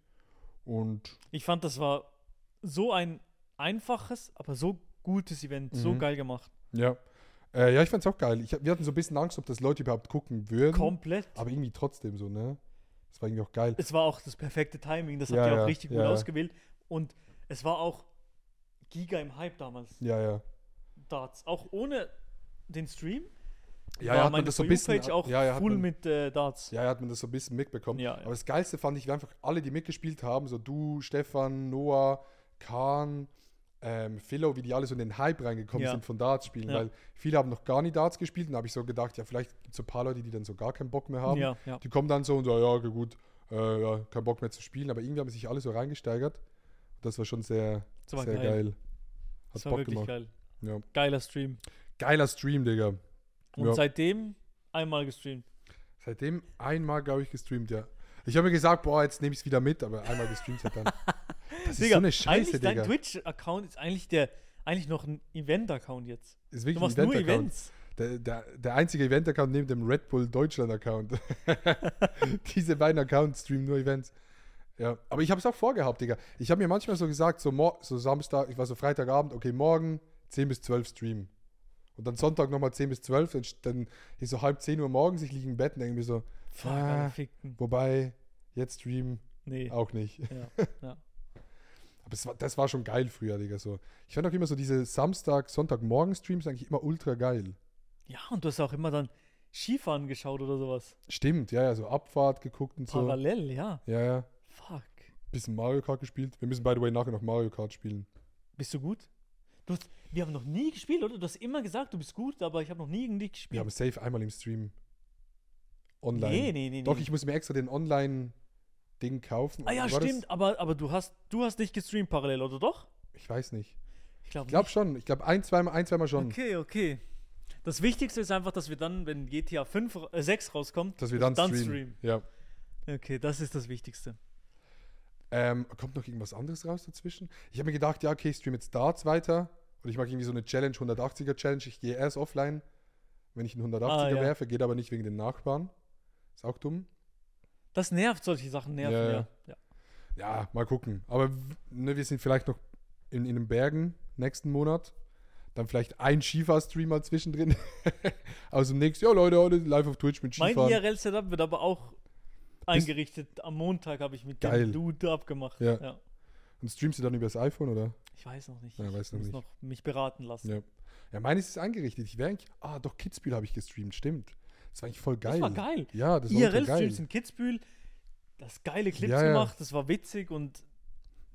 [SPEAKER 1] Und
[SPEAKER 2] Ich fand, das war so ein einfaches, aber so gutes Event, so
[SPEAKER 1] Mhm.
[SPEAKER 2] geil gemacht.
[SPEAKER 1] ja. Äh, ja, ich fand's auch geil. Ich, wir hatten so ein bisschen Angst, ob das Leute überhaupt gucken würden.
[SPEAKER 2] Komplett.
[SPEAKER 1] Mhm. Aber irgendwie trotzdem so, ne? Das war irgendwie auch geil.
[SPEAKER 2] Es war auch das perfekte Timing, das
[SPEAKER 1] Ja,
[SPEAKER 2] habt ihr auch
[SPEAKER 1] ja,
[SPEAKER 2] richtig
[SPEAKER 1] ja,
[SPEAKER 2] gut
[SPEAKER 1] ja.
[SPEAKER 2] ausgewählt. Und es war auch Giga im Hype damals,
[SPEAKER 1] Ja, ja.
[SPEAKER 2] Darts. Auch ohne den Stream
[SPEAKER 1] Ja, ja,
[SPEAKER 2] war
[SPEAKER 1] hat man
[SPEAKER 2] meine
[SPEAKER 1] das so ein
[SPEAKER 2] For You
[SPEAKER 1] bisschen.
[SPEAKER 2] Page auch
[SPEAKER 1] ja, ja, hat
[SPEAKER 2] full
[SPEAKER 1] man,
[SPEAKER 2] mit äh, Darts.
[SPEAKER 1] Ja, ja, hat man das so ein bisschen mitbekommen.
[SPEAKER 2] Ja, ja.
[SPEAKER 1] Aber das Geilste fand ich, wie einfach alle, die mitgespielt haben, so du, Stefan, Noah, Kahn, ähm, Philo, wie die alle so in den Hype reingekommen
[SPEAKER 2] Ja.
[SPEAKER 1] sind von Darts spielen,
[SPEAKER 2] Ja.
[SPEAKER 1] weil viele haben noch gar nie Darts gespielt und habe ich so gedacht, ja, vielleicht gibt es so ein paar Leute, die dann so gar keinen Bock mehr haben.
[SPEAKER 2] Ja, ja.
[SPEAKER 1] Die kommen dann so und so, ja, okay, gut, äh, ja, kein Bock mehr zu spielen, aber irgendwie haben sich alle so reingesteigert. Das war schon sehr,
[SPEAKER 2] Das war
[SPEAKER 1] sehr
[SPEAKER 2] geil.
[SPEAKER 1] geil. Hat
[SPEAKER 2] Das war
[SPEAKER 1] Bock
[SPEAKER 2] wirklich
[SPEAKER 1] gemacht.
[SPEAKER 2] geil.
[SPEAKER 1] Ja.
[SPEAKER 2] Geiler Stream.
[SPEAKER 1] Geiler Stream, Digga.
[SPEAKER 2] Und
[SPEAKER 1] Ja.
[SPEAKER 2] seitdem einmal gestreamt.
[SPEAKER 1] Seitdem einmal, glaube ich, gestreamt, ja. Ich habe mir gesagt, boah, jetzt nehme ich es wieder mit, aber einmal gestreamt hat dann. Das ist so eine Scheiße,
[SPEAKER 2] eigentlich dein
[SPEAKER 1] Digga.
[SPEAKER 2] Twitch-Account ist eigentlich der eigentlich noch ein Event-Account jetzt.
[SPEAKER 1] Ist
[SPEAKER 2] Du
[SPEAKER 1] wirklich
[SPEAKER 2] machst
[SPEAKER 1] ein
[SPEAKER 2] nur
[SPEAKER 1] Event-Account.
[SPEAKER 2] Events.
[SPEAKER 1] Der, der, der einzige Event-Account neben dem Red Bull Deutschland-Account. Diese beiden Accounts streamen nur Events. Ja, aber ich habe es auch vorgehabt, Digga. Ich habe mir manchmal so gesagt, so, mor- so Samstag, ich war so Freitagabend, okay, morgen 10 bis 12 streamen. Und dann Sonntag nochmal 10 bis 12, dann, dann ist so halb 10 Uhr morgens, ich liege im Bett und denke mir so,
[SPEAKER 2] Fuck,
[SPEAKER 1] Ah.
[SPEAKER 2] alle fickten.
[SPEAKER 1] wobei, jetzt streamen
[SPEAKER 2] Nee.
[SPEAKER 1] auch nicht.
[SPEAKER 2] Ja, ja.
[SPEAKER 1] Aber es war, das war schon geil früher, Digga. So. Ich fand auch immer so diese Samstag-, Sonntagmorgen-Streams eigentlich immer ultra geil.
[SPEAKER 2] ja, und du hast auch immer dann Skifahren geschaut oder sowas.
[SPEAKER 1] Stimmt, ja, ja, so Abfahrt geguckt und so.
[SPEAKER 2] Parallel, ja.
[SPEAKER 1] Ja, ja.
[SPEAKER 2] Fuck.
[SPEAKER 1] Bisschen Mario Kart gespielt. Wir müssen, by the way, nachher noch Mario Kart spielen.
[SPEAKER 2] Bist du gut? Du hast, wir haben noch nie gespielt, oder? Du hast immer gesagt, du bist gut, aber ich habe noch nie gegen dich
[SPEAKER 1] Wir haben
[SPEAKER 2] gespielt.
[SPEAKER 1] safe einmal im Stream. online.
[SPEAKER 2] Nee, nee, nee,
[SPEAKER 1] Doch,
[SPEAKER 2] nee.
[SPEAKER 1] ich muss mir extra den Online-Ding kaufen.
[SPEAKER 2] Ah ja,
[SPEAKER 1] War das-
[SPEAKER 2] stimmt, aber, aber du, hast, du hast nicht gestreamt parallel, oder doch?
[SPEAKER 1] Ich weiß nicht.
[SPEAKER 2] Ich glaube
[SPEAKER 1] Ich glaube schon. Ich glaube ein, zweimal, ein, zweimal schon.
[SPEAKER 2] Okay, okay. Das Wichtigste ist einfach, dass wir dann, wenn GTA 5, ra- äh, 6 rauskommt,
[SPEAKER 1] Dass wir dann,
[SPEAKER 2] dann
[SPEAKER 1] streamen. Ja.
[SPEAKER 2] Okay, das ist das Wichtigste.
[SPEAKER 1] Ähm, kommt noch irgendwas anderes raus dazwischen? Ich habe mir gedacht, ja, okay, ich stream jetzt Darts weiter. Und ich mache irgendwie so eine Challenge, 180er Challenge. Ich gehe erst offline, wenn ich einen 180er
[SPEAKER 2] Ah, ja.
[SPEAKER 1] werfe, geht aber nicht wegen den Nachbarn. Ist auch dumm.
[SPEAKER 2] Das nervt, solche Sachen nerven,
[SPEAKER 1] Ja,
[SPEAKER 2] ja.
[SPEAKER 1] ja.
[SPEAKER 2] ja.
[SPEAKER 1] Ja, mal gucken. Aber w- ne, wir sind vielleicht noch in, in den Bergen nächsten Monat. Dann vielleicht ein Skifahr-Stream mal zwischendrin. Aus dem nächsten, ja Leute, heute live auf Twitch mit
[SPEAKER 2] Mein
[SPEAKER 1] Skifahren.
[SPEAKER 2] IRL-Setup wird aber auch eingerichtet. Am Montag habe ich mit
[SPEAKER 1] Geil.
[SPEAKER 2] dem Dude abgemacht.
[SPEAKER 1] Ja.
[SPEAKER 2] Ja.
[SPEAKER 1] Und streamst du dann über das iPhone, oder?
[SPEAKER 2] Ich weiß noch nicht.
[SPEAKER 1] Ja, weiß
[SPEAKER 2] ich
[SPEAKER 1] noch
[SPEAKER 2] muss
[SPEAKER 1] nicht.
[SPEAKER 2] noch mich beraten lassen.
[SPEAKER 1] Ja. Ja, meines ist eingerichtet. Ich wäre eigentlich, ah, doch, Kitzbühel habe ich gestreamt, stimmt. Das war eigentlich voll geil.
[SPEAKER 2] Das war geil.
[SPEAKER 1] Ja, das war ultra geil.
[SPEAKER 2] IRL-Streams in Kitzbühel, das geile Clips
[SPEAKER 1] Ja, ja.
[SPEAKER 2] gemacht, das war witzig und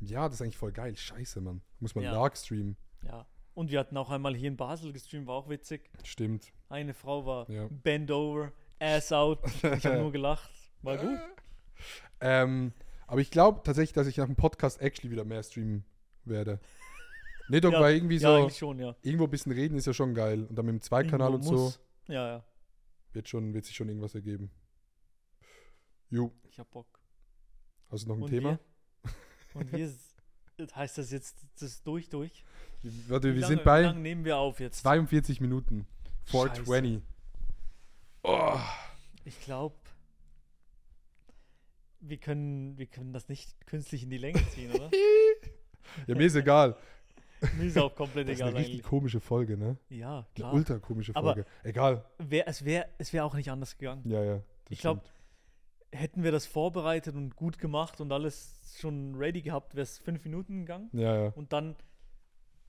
[SPEAKER 1] Ja, das ist eigentlich voll geil. Scheiße, Mann. Muss man
[SPEAKER 2] Ja.
[SPEAKER 1] Lark streamen.
[SPEAKER 2] ja. Und wir hatten auch einmal hier in Basel gestreamt, war auch witzig.
[SPEAKER 1] Stimmt.
[SPEAKER 2] Eine Frau war
[SPEAKER 1] Ja.
[SPEAKER 2] bend over, ass out. Ich habe nur gelacht. War gut.
[SPEAKER 1] Ähm, aber ich glaube tatsächlich, dass ich nach dem Podcast actually wieder mehr streamen werde. Nee, doch,
[SPEAKER 2] Ja,
[SPEAKER 1] weil irgendwie
[SPEAKER 2] Ja,
[SPEAKER 1] so,
[SPEAKER 2] eigentlich schon, ja.
[SPEAKER 1] irgendwo ein bisschen reden ist ja schon geil. Und dann mit dem Zweikanal und
[SPEAKER 2] Irgendwo
[SPEAKER 1] so
[SPEAKER 2] muss. Ja, ja.
[SPEAKER 1] wird, schon, wird sich schon irgendwas ergeben. Jo,
[SPEAKER 2] Ich hab Bock.
[SPEAKER 1] hast du noch ein
[SPEAKER 2] Und
[SPEAKER 1] Thema?
[SPEAKER 2] Wir, und wir, s- das heißt das jetzt, das ist durch, durch.
[SPEAKER 1] Warte, wir
[SPEAKER 2] Wie lange,
[SPEAKER 1] sind
[SPEAKER 2] Wie
[SPEAKER 1] bei
[SPEAKER 2] lange nehmen wir auf jetzt?
[SPEAKER 1] 42 Minuten.
[SPEAKER 2] Scheiße.
[SPEAKER 1] 420. Oh,
[SPEAKER 2] Ich glaube, wir können, wir können das nicht künstlich in die Länge ziehen, oder?
[SPEAKER 1] ja, mir ist egal.
[SPEAKER 2] Mir ist auch komplett
[SPEAKER 1] Das ist eine
[SPEAKER 2] egal
[SPEAKER 1] richtig
[SPEAKER 2] eigentlich.
[SPEAKER 1] komische Folge, ne?
[SPEAKER 2] Ja,
[SPEAKER 1] Eine
[SPEAKER 2] klar.
[SPEAKER 1] ultra komische
[SPEAKER 2] Aber-
[SPEAKER 1] Folge. egal.
[SPEAKER 2] Wär, es wäre es wär auch nicht anders gegangen.
[SPEAKER 1] Ja, ja. das
[SPEAKER 2] Ich glaub,
[SPEAKER 1] stimmt.
[SPEAKER 2] Hätten wir das vorbereitet und gut gemacht und alles schon ready gehabt, wäre es fünf Minuten gegangen.
[SPEAKER 1] Ja, ja.
[SPEAKER 2] Und dann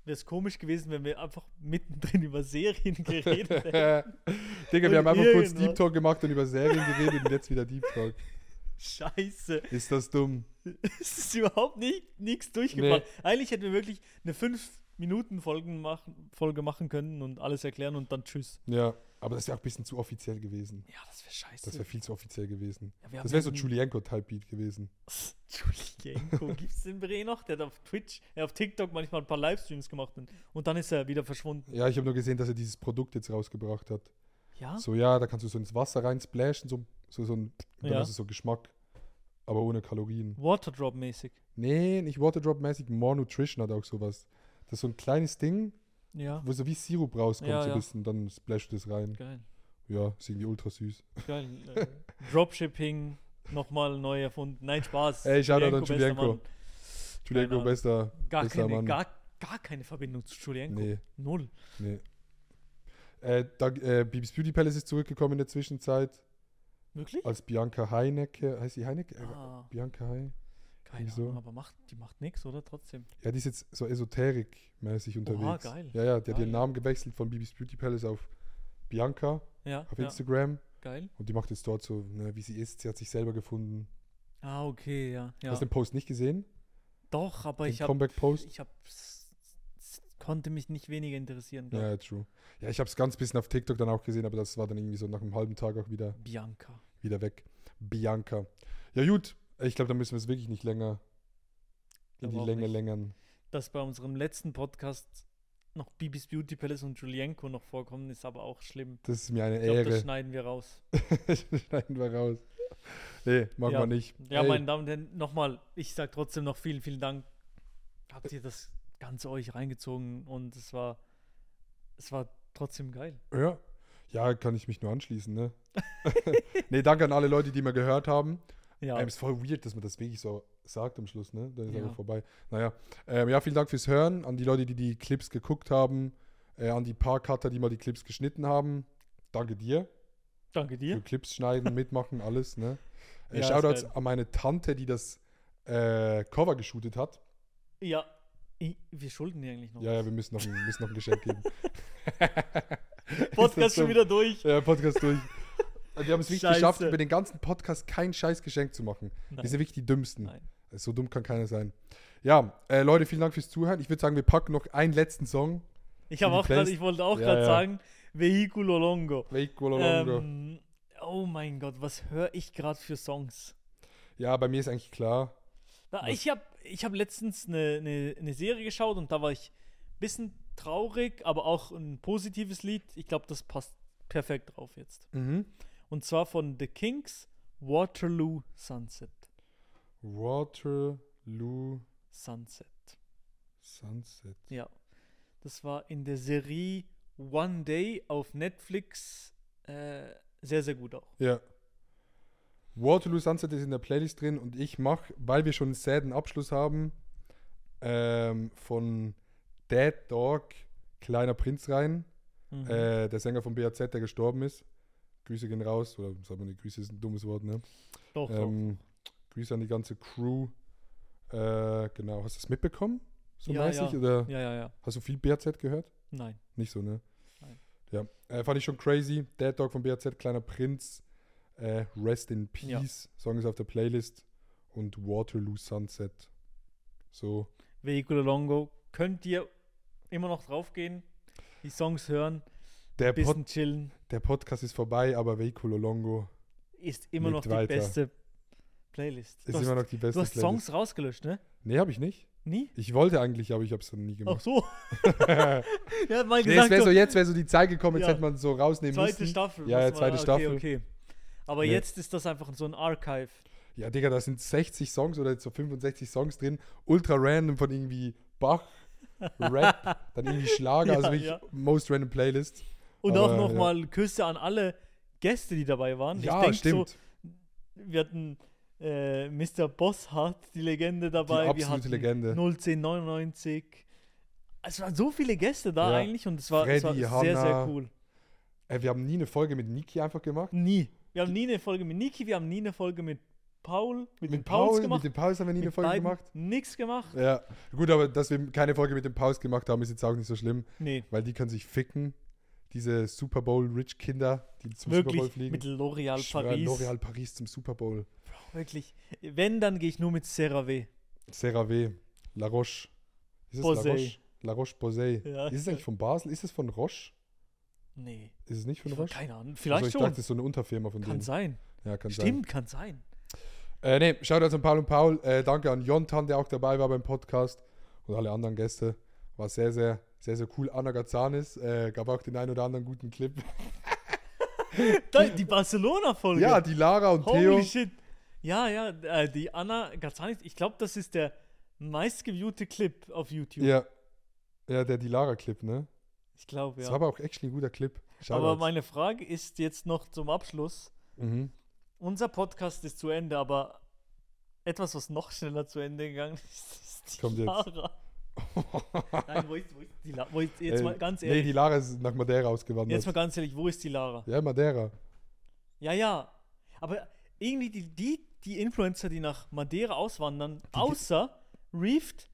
[SPEAKER 2] wäre es komisch gewesen, wenn wir einfach mittendrin über Serien geredet hätten.
[SPEAKER 1] Digga, wir haben
[SPEAKER 2] Und genau.
[SPEAKER 1] einfach kurz
[SPEAKER 2] irgendwas.
[SPEAKER 1] Deep Talk gemacht und über Serien geredet und jetzt wieder Deep Talk.
[SPEAKER 2] Scheiße.
[SPEAKER 1] Ist das dumm?
[SPEAKER 2] Es ist überhaupt nicht nichts durchgebracht. Eigentlich hätten wir wirklich eine 5 Minuten Folgen machen, Folge machen können und alles erklären und dann tschüss.
[SPEAKER 1] Ja. Aber das wäre auch ein bisschen zu offiziell gewesen.
[SPEAKER 2] Ja, das wäre scheiße.
[SPEAKER 1] Das wäre viel zu offiziell gewesen.
[SPEAKER 2] ja, mhm. wir haben
[SPEAKER 1] Das wäre so
[SPEAKER 2] irgendeinen-
[SPEAKER 1] Julienko-Type-Beat gewesen.
[SPEAKER 2] Julienko gibt's den Bre noch? Der hat auf Twitch, äh, auf TikTok manchmal ein paar Livestreams gemacht und, und dann ist er wieder verschwunden.
[SPEAKER 1] Ja, ich habe nur gesehen, dass er dieses Produkt jetzt rausgebracht hat.
[SPEAKER 2] Ja?
[SPEAKER 1] So, ja, da kannst du so ins Wasser rein splashen, so, so, so ein, und dann
[SPEAKER 2] Ja.
[SPEAKER 1] hast du so Geschmack. Aber ohne Kalorien.
[SPEAKER 2] Waterdrop-mäßig.
[SPEAKER 1] Nee, nicht Waterdrop-mäßig. More Nutrition hat auch sowas. Das ist so ein kleines Ding,
[SPEAKER 2] Ja.
[SPEAKER 1] wo so wie Sirup rauskommt,
[SPEAKER 2] Ja,
[SPEAKER 1] so ein
[SPEAKER 2] ja.
[SPEAKER 1] bisschen. Dann splasht es rein.
[SPEAKER 2] Geil.
[SPEAKER 1] Ja, ist irgendwie ultra süß.
[SPEAKER 2] Geil. Äh, Dropshipping nochmal neu erfunden. Nein, Spaß.
[SPEAKER 1] Ey, Shoutout an
[SPEAKER 2] bester
[SPEAKER 1] Julienko.
[SPEAKER 2] Mann.
[SPEAKER 1] Julienko,
[SPEAKER 2] Ahnung.
[SPEAKER 1] bester,
[SPEAKER 2] Gar
[SPEAKER 1] bester
[SPEAKER 2] keine,
[SPEAKER 1] Mann.
[SPEAKER 2] gar, gar keine Verbindung zu Julienko.
[SPEAKER 1] nee.
[SPEAKER 2] Null.
[SPEAKER 1] Nee. Äh, da, äh, Bibis Beauty Palace ist zurückgekommen in der Zwischenzeit,
[SPEAKER 2] Wirklich?
[SPEAKER 1] als Bianca Heinecke, heißt sie Heinecke? Äh,
[SPEAKER 2] Ah,
[SPEAKER 1] Bianca Hei?
[SPEAKER 2] keine
[SPEAKER 1] wieso?
[SPEAKER 2] Ahnung, aber macht, die macht nichts, oder? Trotzdem.
[SPEAKER 1] Ja, die ist jetzt so esoterik-mäßig unterwegs.
[SPEAKER 2] geil.
[SPEAKER 1] Ja, ja, die hat
[SPEAKER 2] Geil.
[SPEAKER 1] ihren Namen gewechselt von Bibis Beauty Palace auf Bianca
[SPEAKER 2] Ja,
[SPEAKER 1] auf
[SPEAKER 2] ja
[SPEAKER 1] Instagram
[SPEAKER 2] geil.
[SPEAKER 1] und die macht jetzt dort so, ne, wie sie ist, sie hat sich selber gefunden.
[SPEAKER 2] Ah, okay, ja. ja.
[SPEAKER 1] Hast du den Post nicht gesehen?
[SPEAKER 2] Doch, aber
[SPEAKER 1] Den
[SPEAKER 2] ich habe
[SPEAKER 1] Comeback-Post?
[SPEAKER 2] ich hab, konnte mich nicht weniger interessieren. glaub
[SPEAKER 1] Ja, ja, true. Ja, ich habe es ganz bisschen auf TikTok dann auch gesehen, aber das war dann irgendwie so nach einem halben Tag auch wieder
[SPEAKER 2] Bianca.
[SPEAKER 1] wieder weg. Bianca. Ja, gut. Ich glaube, da müssen wir es wirklich nicht länger in
[SPEAKER 2] Glaub
[SPEAKER 1] die
[SPEAKER 2] auch
[SPEAKER 1] Länge
[SPEAKER 2] nicht.
[SPEAKER 1] längern.
[SPEAKER 2] Dass bei unserem letzten Podcast noch Bibis Beauty Palace und Julienko noch vorkommen, ist aber auch schlimm.
[SPEAKER 1] Das ist mir eine
[SPEAKER 2] Ich glaube, das
[SPEAKER 1] Ehre.
[SPEAKER 2] schneiden wir raus.
[SPEAKER 1] Schneiden wir raus. Nee, machen
[SPEAKER 2] Ja.
[SPEAKER 1] wir nicht.
[SPEAKER 2] Ja,
[SPEAKER 1] Ey,
[SPEAKER 2] meine Damen und Herren, nochmal, ich sage trotzdem noch vielen, vielen Dank. Habt ihr das Ganze euch reingezogen und es war, es war trotzdem geil.
[SPEAKER 1] ja. ja, kann ich mich nur anschließen, ne? nee, danke an alle Leute, die mir gehört haben.
[SPEAKER 2] Ja,
[SPEAKER 1] Ähm, ist voll weird, dass man das wirklich so sagt am Schluss, ne? Dann ist
[SPEAKER 2] Ja.
[SPEAKER 1] aber vorbei. Naja. Ähm, ja, vielen Dank fürs Hören. An die Leute, die die Clips geguckt haben. Äh, an die paar Cutter, die mal die Clips geschnitten haben. Danke dir.
[SPEAKER 2] danke dir.
[SPEAKER 1] Für Clips schneiden, mitmachen, alles, ne? Äh,
[SPEAKER 2] Ja, ist
[SPEAKER 1] Shoutouts
[SPEAKER 2] geil.
[SPEAKER 1] an meine Tante, die das äh, Cover geshootet hat.
[SPEAKER 2] Ja, ich, wir schulden dir eigentlich noch.
[SPEAKER 1] Ja, ja,
[SPEAKER 2] Oh, was.
[SPEAKER 1] wir müssen noch ein, müssen noch ein Geschenk geben.
[SPEAKER 2] Podcast schon
[SPEAKER 1] dumm?
[SPEAKER 2] wieder durch.
[SPEAKER 1] Ja, Podcast durch. Also Wir haben es wirklich geschafft,
[SPEAKER 2] Scheiße.
[SPEAKER 1] über den ganzen Podcast kein scheiß Geschenk zu machen. Wir
[SPEAKER 2] Nein.
[SPEAKER 1] sind wirklich die Dümmsten.
[SPEAKER 2] Nein.
[SPEAKER 1] So dumm kann keiner sein. Ja, äh, Leute, vielen Dank fürs Zuhören. Ich würde sagen, wir packen noch einen letzten Song.
[SPEAKER 2] Ich habe
[SPEAKER 1] Die
[SPEAKER 2] auch gerade,
[SPEAKER 1] Playlist-
[SPEAKER 2] ich wollte auch
[SPEAKER 1] Ja,
[SPEAKER 2] gerade
[SPEAKER 1] ja.
[SPEAKER 2] sagen, Vehiculo Longo.
[SPEAKER 1] Vehiculo Longo.
[SPEAKER 2] Ähm, oh mein Gott, was höre ich gerade für Songs?
[SPEAKER 1] Ja, bei mir ist eigentlich klar.
[SPEAKER 2] Na,
[SPEAKER 1] Was-
[SPEAKER 2] ich habe ich hab letztens eine ne, ne Serie geschaut und da war ich ein bisschen traurig, aber auch ein positives Lied. Ich glaube, das passt perfekt drauf jetzt.
[SPEAKER 1] Mhm.
[SPEAKER 2] Und zwar von The Kinks, Waterloo Sunset.
[SPEAKER 1] Waterloo
[SPEAKER 2] Sunset.
[SPEAKER 1] Sunset.
[SPEAKER 2] Ja. Das war in der Serie One Day auf Netflix äh, sehr, sehr gut auch.
[SPEAKER 1] Ja. Waterloo Sunset ist in der Playlist drin und ich mache, weil wir schon einen sadden Abschluss haben, ähm, von Dead Dog Kleiner Prinz rein.
[SPEAKER 2] Mhm.
[SPEAKER 1] Äh, der Sänger von BAZ, der gestorben ist. Grüße gehen raus. Oder sagt man, die Grüße ist ein dummes Wort, ne?
[SPEAKER 2] doch, doch.
[SPEAKER 1] Ähm, Grüße an die ganze Crew. Äh, genau. Hast du es mitbekommen? So
[SPEAKER 2] Ja,
[SPEAKER 1] mäßig? Oder
[SPEAKER 2] Ja, ja, ja.
[SPEAKER 1] hast du viel BAZ gehört?
[SPEAKER 2] Nein.
[SPEAKER 1] Nicht so, ne?
[SPEAKER 2] Nein.
[SPEAKER 1] Ja. Äh, fand ich schon crazy. Dead Dog von BAZ, kleiner Prinz. Äh, Rest in
[SPEAKER 2] Ja.
[SPEAKER 1] Peace. Song ist auf der Playlist. Und Waterloo Sunset. So.
[SPEAKER 2] Vehicular Longo. Könnt ihr immer noch draufgehen, die Songs hören,
[SPEAKER 1] Der,
[SPEAKER 2] ein bisschen
[SPEAKER 1] Pod
[SPEAKER 2] chillen.
[SPEAKER 1] der Podcast ist vorbei, aber Vehiculo Longo
[SPEAKER 2] Ist immer noch
[SPEAKER 1] Lebt
[SPEAKER 2] die
[SPEAKER 1] weiter.
[SPEAKER 2] beste Playlist.
[SPEAKER 1] ist
[SPEAKER 2] du hast,
[SPEAKER 1] immer noch die beste
[SPEAKER 2] du hast
[SPEAKER 1] Playlist.
[SPEAKER 2] Songs rausgelöscht, ne?
[SPEAKER 1] Nee, habe ich nicht.
[SPEAKER 2] Nie?
[SPEAKER 1] Ich wollte eigentlich, aber ich habe es dann nie
[SPEAKER 2] Ach
[SPEAKER 1] gemacht.
[SPEAKER 2] so. er hat mal
[SPEAKER 1] nee, es
[SPEAKER 2] Oh. gesagt,
[SPEAKER 1] wäre so,
[SPEAKER 2] so,
[SPEAKER 1] jetzt wäre so die Zeit gekommen, jetzt
[SPEAKER 2] Ja.
[SPEAKER 1] hätte man so rausnehmen
[SPEAKER 2] zweite
[SPEAKER 1] müssen.
[SPEAKER 2] Staffel.
[SPEAKER 1] Ja, ja,
[SPEAKER 2] muss man-
[SPEAKER 1] zweite
[SPEAKER 2] okay,
[SPEAKER 1] Staffel.
[SPEAKER 2] Okay. Aber
[SPEAKER 1] Nee.
[SPEAKER 2] jetzt ist das einfach so ein Archive.
[SPEAKER 1] Ja, Digga, da sind 60 Songs oder so 65 Songs drin. Ultra random von irgendwie Bach, Rap, dann irgendwie Schlager,
[SPEAKER 2] Ja,
[SPEAKER 1] also wirklich
[SPEAKER 2] ja.
[SPEAKER 1] most random Playlist.
[SPEAKER 2] Und
[SPEAKER 1] Aber,
[SPEAKER 2] auch
[SPEAKER 1] ja.
[SPEAKER 2] nochmal Küsse an alle Gäste, die dabei waren.
[SPEAKER 1] ja,
[SPEAKER 2] denk
[SPEAKER 1] stimmt.
[SPEAKER 2] So, wir hatten äh, Mr. Bosshardt, die Legende dabei.
[SPEAKER 1] absolute
[SPEAKER 2] wir hatten
[SPEAKER 1] Legende.
[SPEAKER 2] 01099. Es waren so viele Gäste da
[SPEAKER 1] Ja.
[SPEAKER 2] eigentlich und es war, es war
[SPEAKER 1] Freddy,
[SPEAKER 2] sehr, sehr
[SPEAKER 1] Hanna.
[SPEAKER 2] cool.
[SPEAKER 1] Ey, wir haben nie eine Folge mit Niki einfach gemacht.
[SPEAKER 2] Nie. Wir haben nie eine Folge mit Niki, wir haben nie eine Folge mit Paul, mit, den
[SPEAKER 1] Mit
[SPEAKER 2] Pauls
[SPEAKER 1] Paul,
[SPEAKER 2] gemacht.
[SPEAKER 1] mit dem Paul haben wir nie eine Folge gemacht.
[SPEAKER 2] Nichts gemacht.
[SPEAKER 1] Ja, gut, aber dass wir keine Folge mit dem Paus gemacht haben, ist jetzt auch nicht so schlimm,
[SPEAKER 2] Nee,
[SPEAKER 1] weil die können sich ficken. Diese Super Bowl-Rich-Kinder, die zum Super Bowl
[SPEAKER 2] wirklich
[SPEAKER 1] fliegen.
[SPEAKER 2] mit L'Oreal
[SPEAKER 1] Ich schwöre,
[SPEAKER 2] Paris.
[SPEAKER 1] L'Oreal Paris zum Super Bowl.
[SPEAKER 2] Wirklich. Wenn, dann gehe ich nur mit CeraVe.
[SPEAKER 1] CeraVe, La Roche. Ist es
[SPEAKER 2] Posay.
[SPEAKER 1] La Roche? La Roche Posay.
[SPEAKER 2] Ja.
[SPEAKER 1] Ist es eigentlich von Basel? Ist es von Roche?
[SPEAKER 2] Nee,
[SPEAKER 1] Ist es nicht von
[SPEAKER 2] ich
[SPEAKER 1] Roche?
[SPEAKER 2] keine Ahnung.
[SPEAKER 1] also
[SPEAKER 2] Vielleicht
[SPEAKER 1] ich dachte, das
[SPEAKER 2] schon.
[SPEAKER 1] ist so eine Unterfirma von
[SPEAKER 2] Kann
[SPEAKER 1] denen.
[SPEAKER 2] sein.
[SPEAKER 1] Ja, kann sein.
[SPEAKER 2] Stimmt, kann sein.
[SPEAKER 1] Äh, nee, Shoutouts an Paul und Paul. Äh, danke an Jontan, der auch dabei war beim Podcast und alle anderen Gäste. War sehr, sehr, sehr, sehr cool. Anna Gazanis äh, gab auch den einen oder anderen guten Clip.
[SPEAKER 2] Da, die Barcelona-Folge.
[SPEAKER 1] Ja, die Lara und
[SPEAKER 2] Holy
[SPEAKER 1] Theo.
[SPEAKER 2] shit. Ja, ja, äh, die Anna Gazanis, ich glaube, das ist der meistgeviewte Clip auf YouTube.
[SPEAKER 1] Ja. ja, der die Lara-Clip, ne?
[SPEAKER 2] Ich glaube,
[SPEAKER 1] Das
[SPEAKER 2] ja.
[SPEAKER 1] war aber auch actually ein guter Clip.
[SPEAKER 2] Aber
[SPEAKER 1] Shoutouts.
[SPEAKER 2] meine Frage ist jetzt noch zum Abschluss.
[SPEAKER 1] mhm.
[SPEAKER 2] Unser Podcast ist zu Ende, aber etwas, was noch schneller zu Ende gegangen ist, ist die
[SPEAKER 1] Kommt jetzt.
[SPEAKER 2] Lara. Nein, wo ist, wo ist die Lara? Wo ist, jetzt
[SPEAKER 1] Äh,
[SPEAKER 2] mal ganz
[SPEAKER 1] Nee,
[SPEAKER 2] ehrlich.
[SPEAKER 1] die Lara ist nach Madeira ausgewandert.
[SPEAKER 2] jetzt mal ganz ehrlich, wo ist die Lara?
[SPEAKER 1] ja, Madeira.
[SPEAKER 2] Ja, ja. Aber irgendwie die, die, die Influencer, die nach Madeira auswandern, außer Reefed,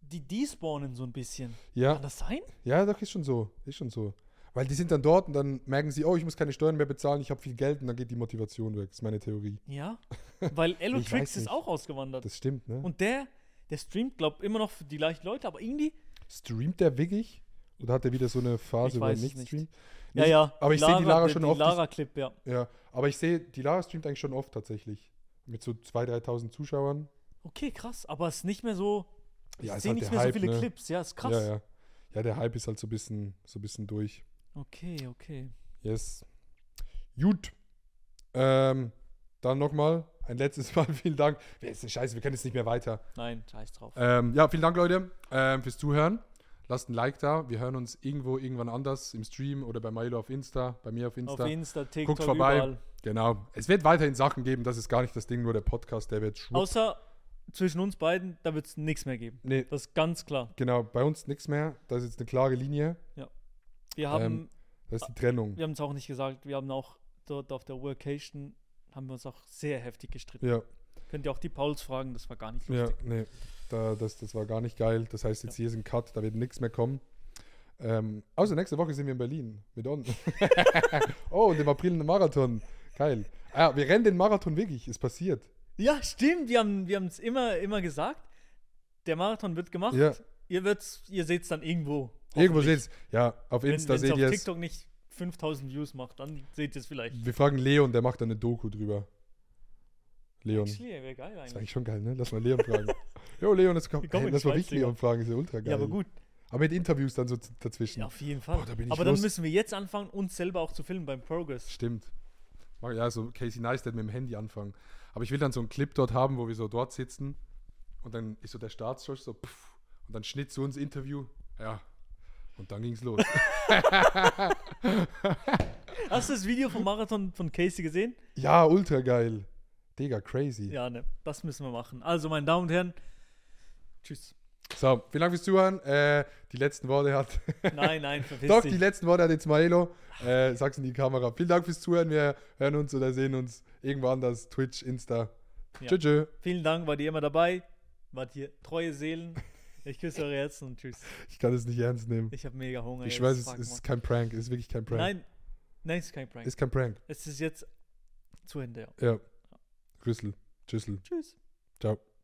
[SPEAKER 2] die despawnen so ein bisschen.
[SPEAKER 1] Ja,
[SPEAKER 2] Kann das sein?
[SPEAKER 1] ja, doch, ist schon so. Ist schon so. Weil die sind dann dort und dann merken sie, oh, ich muss keine Steuern mehr bezahlen, ich habe viel Geld und dann geht die Motivation weg. Das ist meine Theorie.
[SPEAKER 2] Ja. Weil
[SPEAKER 1] Ich
[SPEAKER 2] Elotrix
[SPEAKER 1] weiß
[SPEAKER 2] ist
[SPEAKER 1] nicht.
[SPEAKER 2] auch ausgewandert.
[SPEAKER 1] Das stimmt, ne?
[SPEAKER 2] Und der, der streamt, glaubt immer noch für die gleichen Leute, aber irgendwie.
[SPEAKER 1] Streamt der wirklich? Oder hat er wieder so eine Phase,
[SPEAKER 2] Ich
[SPEAKER 1] wo er
[SPEAKER 2] weiß es
[SPEAKER 1] nicht
[SPEAKER 2] nicht.
[SPEAKER 1] streamt?
[SPEAKER 2] Ja,
[SPEAKER 1] Nee,
[SPEAKER 2] ja.
[SPEAKER 1] Aber ich sehe die Lara schon
[SPEAKER 2] die,
[SPEAKER 1] oft.
[SPEAKER 2] Die Lara-Clip, ja.
[SPEAKER 1] Ja, aber ich sehe, die Lara streamt eigentlich schon oft tatsächlich. Mit so 2.000, 3.000 Zuschauern.
[SPEAKER 2] Okay, krass. Aber es ist nicht mehr so. Ich
[SPEAKER 1] Ja, ist
[SPEAKER 2] sehe
[SPEAKER 1] halt der
[SPEAKER 2] nicht mehr
[SPEAKER 1] Hype,
[SPEAKER 2] so viele
[SPEAKER 1] ne?
[SPEAKER 2] Clips. Ja, ist krass.
[SPEAKER 1] Ja, ja. Ja, der Hype ist halt so ein bisschen, so ein bisschen durch.
[SPEAKER 2] Okay, okay.
[SPEAKER 1] Yes. Gut. Ähm, dann nochmal ein letztes Mal vielen Dank. Wer ist denn Scheiße, wir können jetzt nicht mehr weiter.
[SPEAKER 2] Nein, scheiß drauf.
[SPEAKER 1] Ähm, ja, vielen Dank, Leute, ähm, fürs Zuhören. Lasst ein Like da. Wir hören uns irgendwo, irgendwann anders im Stream oder bei Milo auf Insta, bei mir auf Insta.
[SPEAKER 2] Auf Insta, TikTok,
[SPEAKER 1] vorbei.
[SPEAKER 2] überall.
[SPEAKER 1] Genau. Es wird weiterhin Sachen geben, das ist gar nicht das Ding, nur der Podcast, der wird schwupp.
[SPEAKER 2] Außer zwischen uns beiden, da wird es nichts mehr geben.
[SPEAKER 1] Nee,
[SPEAKER 2] Das ist ganz klar.
[SPEAKER 1] genau, bei uns nichts mehr. Das ist jetzt eine klare Linie.
[SPEAKER 2] Wir haben,
[SPEAKER 1] Ähm, Das ist die Trennung.
[SPEAKER 2] wir haben es auch nicht gesagt, wir haben auch dort auf der Workation, haben wir uns auch sehr heftig gestritten.
[SPEAKER 1] Ja,
[SPEAKER 2] Könnt ihr auch die Pauls fragen, das war gar nicht
[SPEAKER 1] ja,
[SPEAKER 2] lustig.
[SPEAKER 1] nee. Da, das, das war gar nicht geil. Das heißt, jetzt hier ist ein Cut, da wird nichts mehr kommen. Ähm, außer nächste Woche sind wir in Berlin mit On. oh, und im April ein Marathon. Geil. Ah, wir rennen den Marathon wirklich, ist passiert.
[SPEAKER 2] Ja, stimmt, wir haben wir es immer, immer gesagt, der Marathon wird gemacht,
[SPEAKER 1] Ja.
[SPEAKER 2] ihr, wird's- ihr seht es dann irgendwo.
[SPEAKER 1] Irgendwo seht Ja, auf
[SPEAKER 2] Wenn-
[SPEAKER 1] Insta
[SPEAKER 2] wenn's
[SPEAKER 1] seht
[SPEAKER 2] auf
[SPEAKER 1] ihr es.
[SPEAKER 2] TikTok nicht 5000 Views macht, dann seht ihr es vielleicht.
[SPEAKER 1] Wir fragen Leon, der macht da eine Doku drüber. Leon.
[SPEAKER 2] Actually, wäre geil
[SPEAKER 1] ist
[SPEAKER 2] eigentlich.
[SPEAKER 1] eigentlich schon geil, ne? Lass mal Leon fragen. Jo, Leon, jetzt komm.
[SPEAKER 2] Wir kommen
[SPEAKER 1] Hey,
[SPEAKER 2] in
[SPEAKER 1] lass mal
[SPEAKER 2] die
[SPEAKER 1] dich
[SPEAKER 2] Schweiz, Digga.
[SPEAKER 1] Leon fragen, ist ja ultra geil.
[SPEAKER 2] Ja, aber gut,
[SPEAKER 1] Aber mit Interviews dann so z- dazwischen.
[SPEAKER 2] ja, auf jeden Fall.
[SPEAKER 1] Boah, da bin ich
[SPEAKER 2] aber dann
[SPEAKER 1] los.
[SPEAKER 2] müssen wir jetzt anfangen, uns selber auch zu filmen beim Progress.
[SPEAKER 1] Stimmt. Mach- Ja, so Casey Neistat mit dem Handy anfangen. Aber ich will dann so einen Clip dort haben, wo wir so dort sitzen und dann ist so der Staatsschutz so pff, und dann schnitt so ins Interview. Ja. Und dann ging's los.
[SPEAKER 2] Hast du das Video vom Marathon von Casey gesehen?
[SPEAKER 1] ja, ultra geil. Digga, crazy.
[SPEAKER 2] Ja, ne, das müssen wir machen. Also, meine Damen und Herren, tschüss.
[SPEAKER 1] So, vielen Dank fürs Zuhören. Äh, die letzten Worte hat.
[SPEAKER 2] Nein, nein, verpiss
[SPEAKER 1] Doch,
[SPEAKER 2] dich.
[SPEAKER 1] die letzten Worte hat jetzt Maelo. Äh, sag's in die Kamera. Vielen Dank fürs Zuhören. Wir hören uns oder sehen uns irgendwo anders. Twitch, Insta.
[SPEAKER 2] Ja.
[SPEAKER 1] Tschö, tschö.
[SPEAKER 2] Vielen Dank, wart ihr immer dabei. Wart ihr treue Seelen. Ich küsse eure Herzen und tschüss.
[SPEAKER 1] Ich kann es nicht ernst nehmen.
[SPEAKER 2] Ich habe mega Hunger.
[SPEAKER 1] Ich
[SPEAKER 2] jetzt.
[SPEAKER 1] schwöre, es
[SPEAKER 2] Fuck,
[SPEAKER 1] ist- es
[SPEAKER 2] Mann.
[SPEAKER 1] ist kein Prank. Es ist wirklich kein Prank.
[SPEAKER 2] Nein, nein, es ist kein Prank.
[SPEAKER 1] Ist kein Prank.
[SPEAKER 2] es ist jetzt zu Ende. Ja.
[SPEAKER 1] Ja. Rüssel. Tschüssel.
[SPEAKER 2] Tschüss.
[SPEAKER 1] Ciao.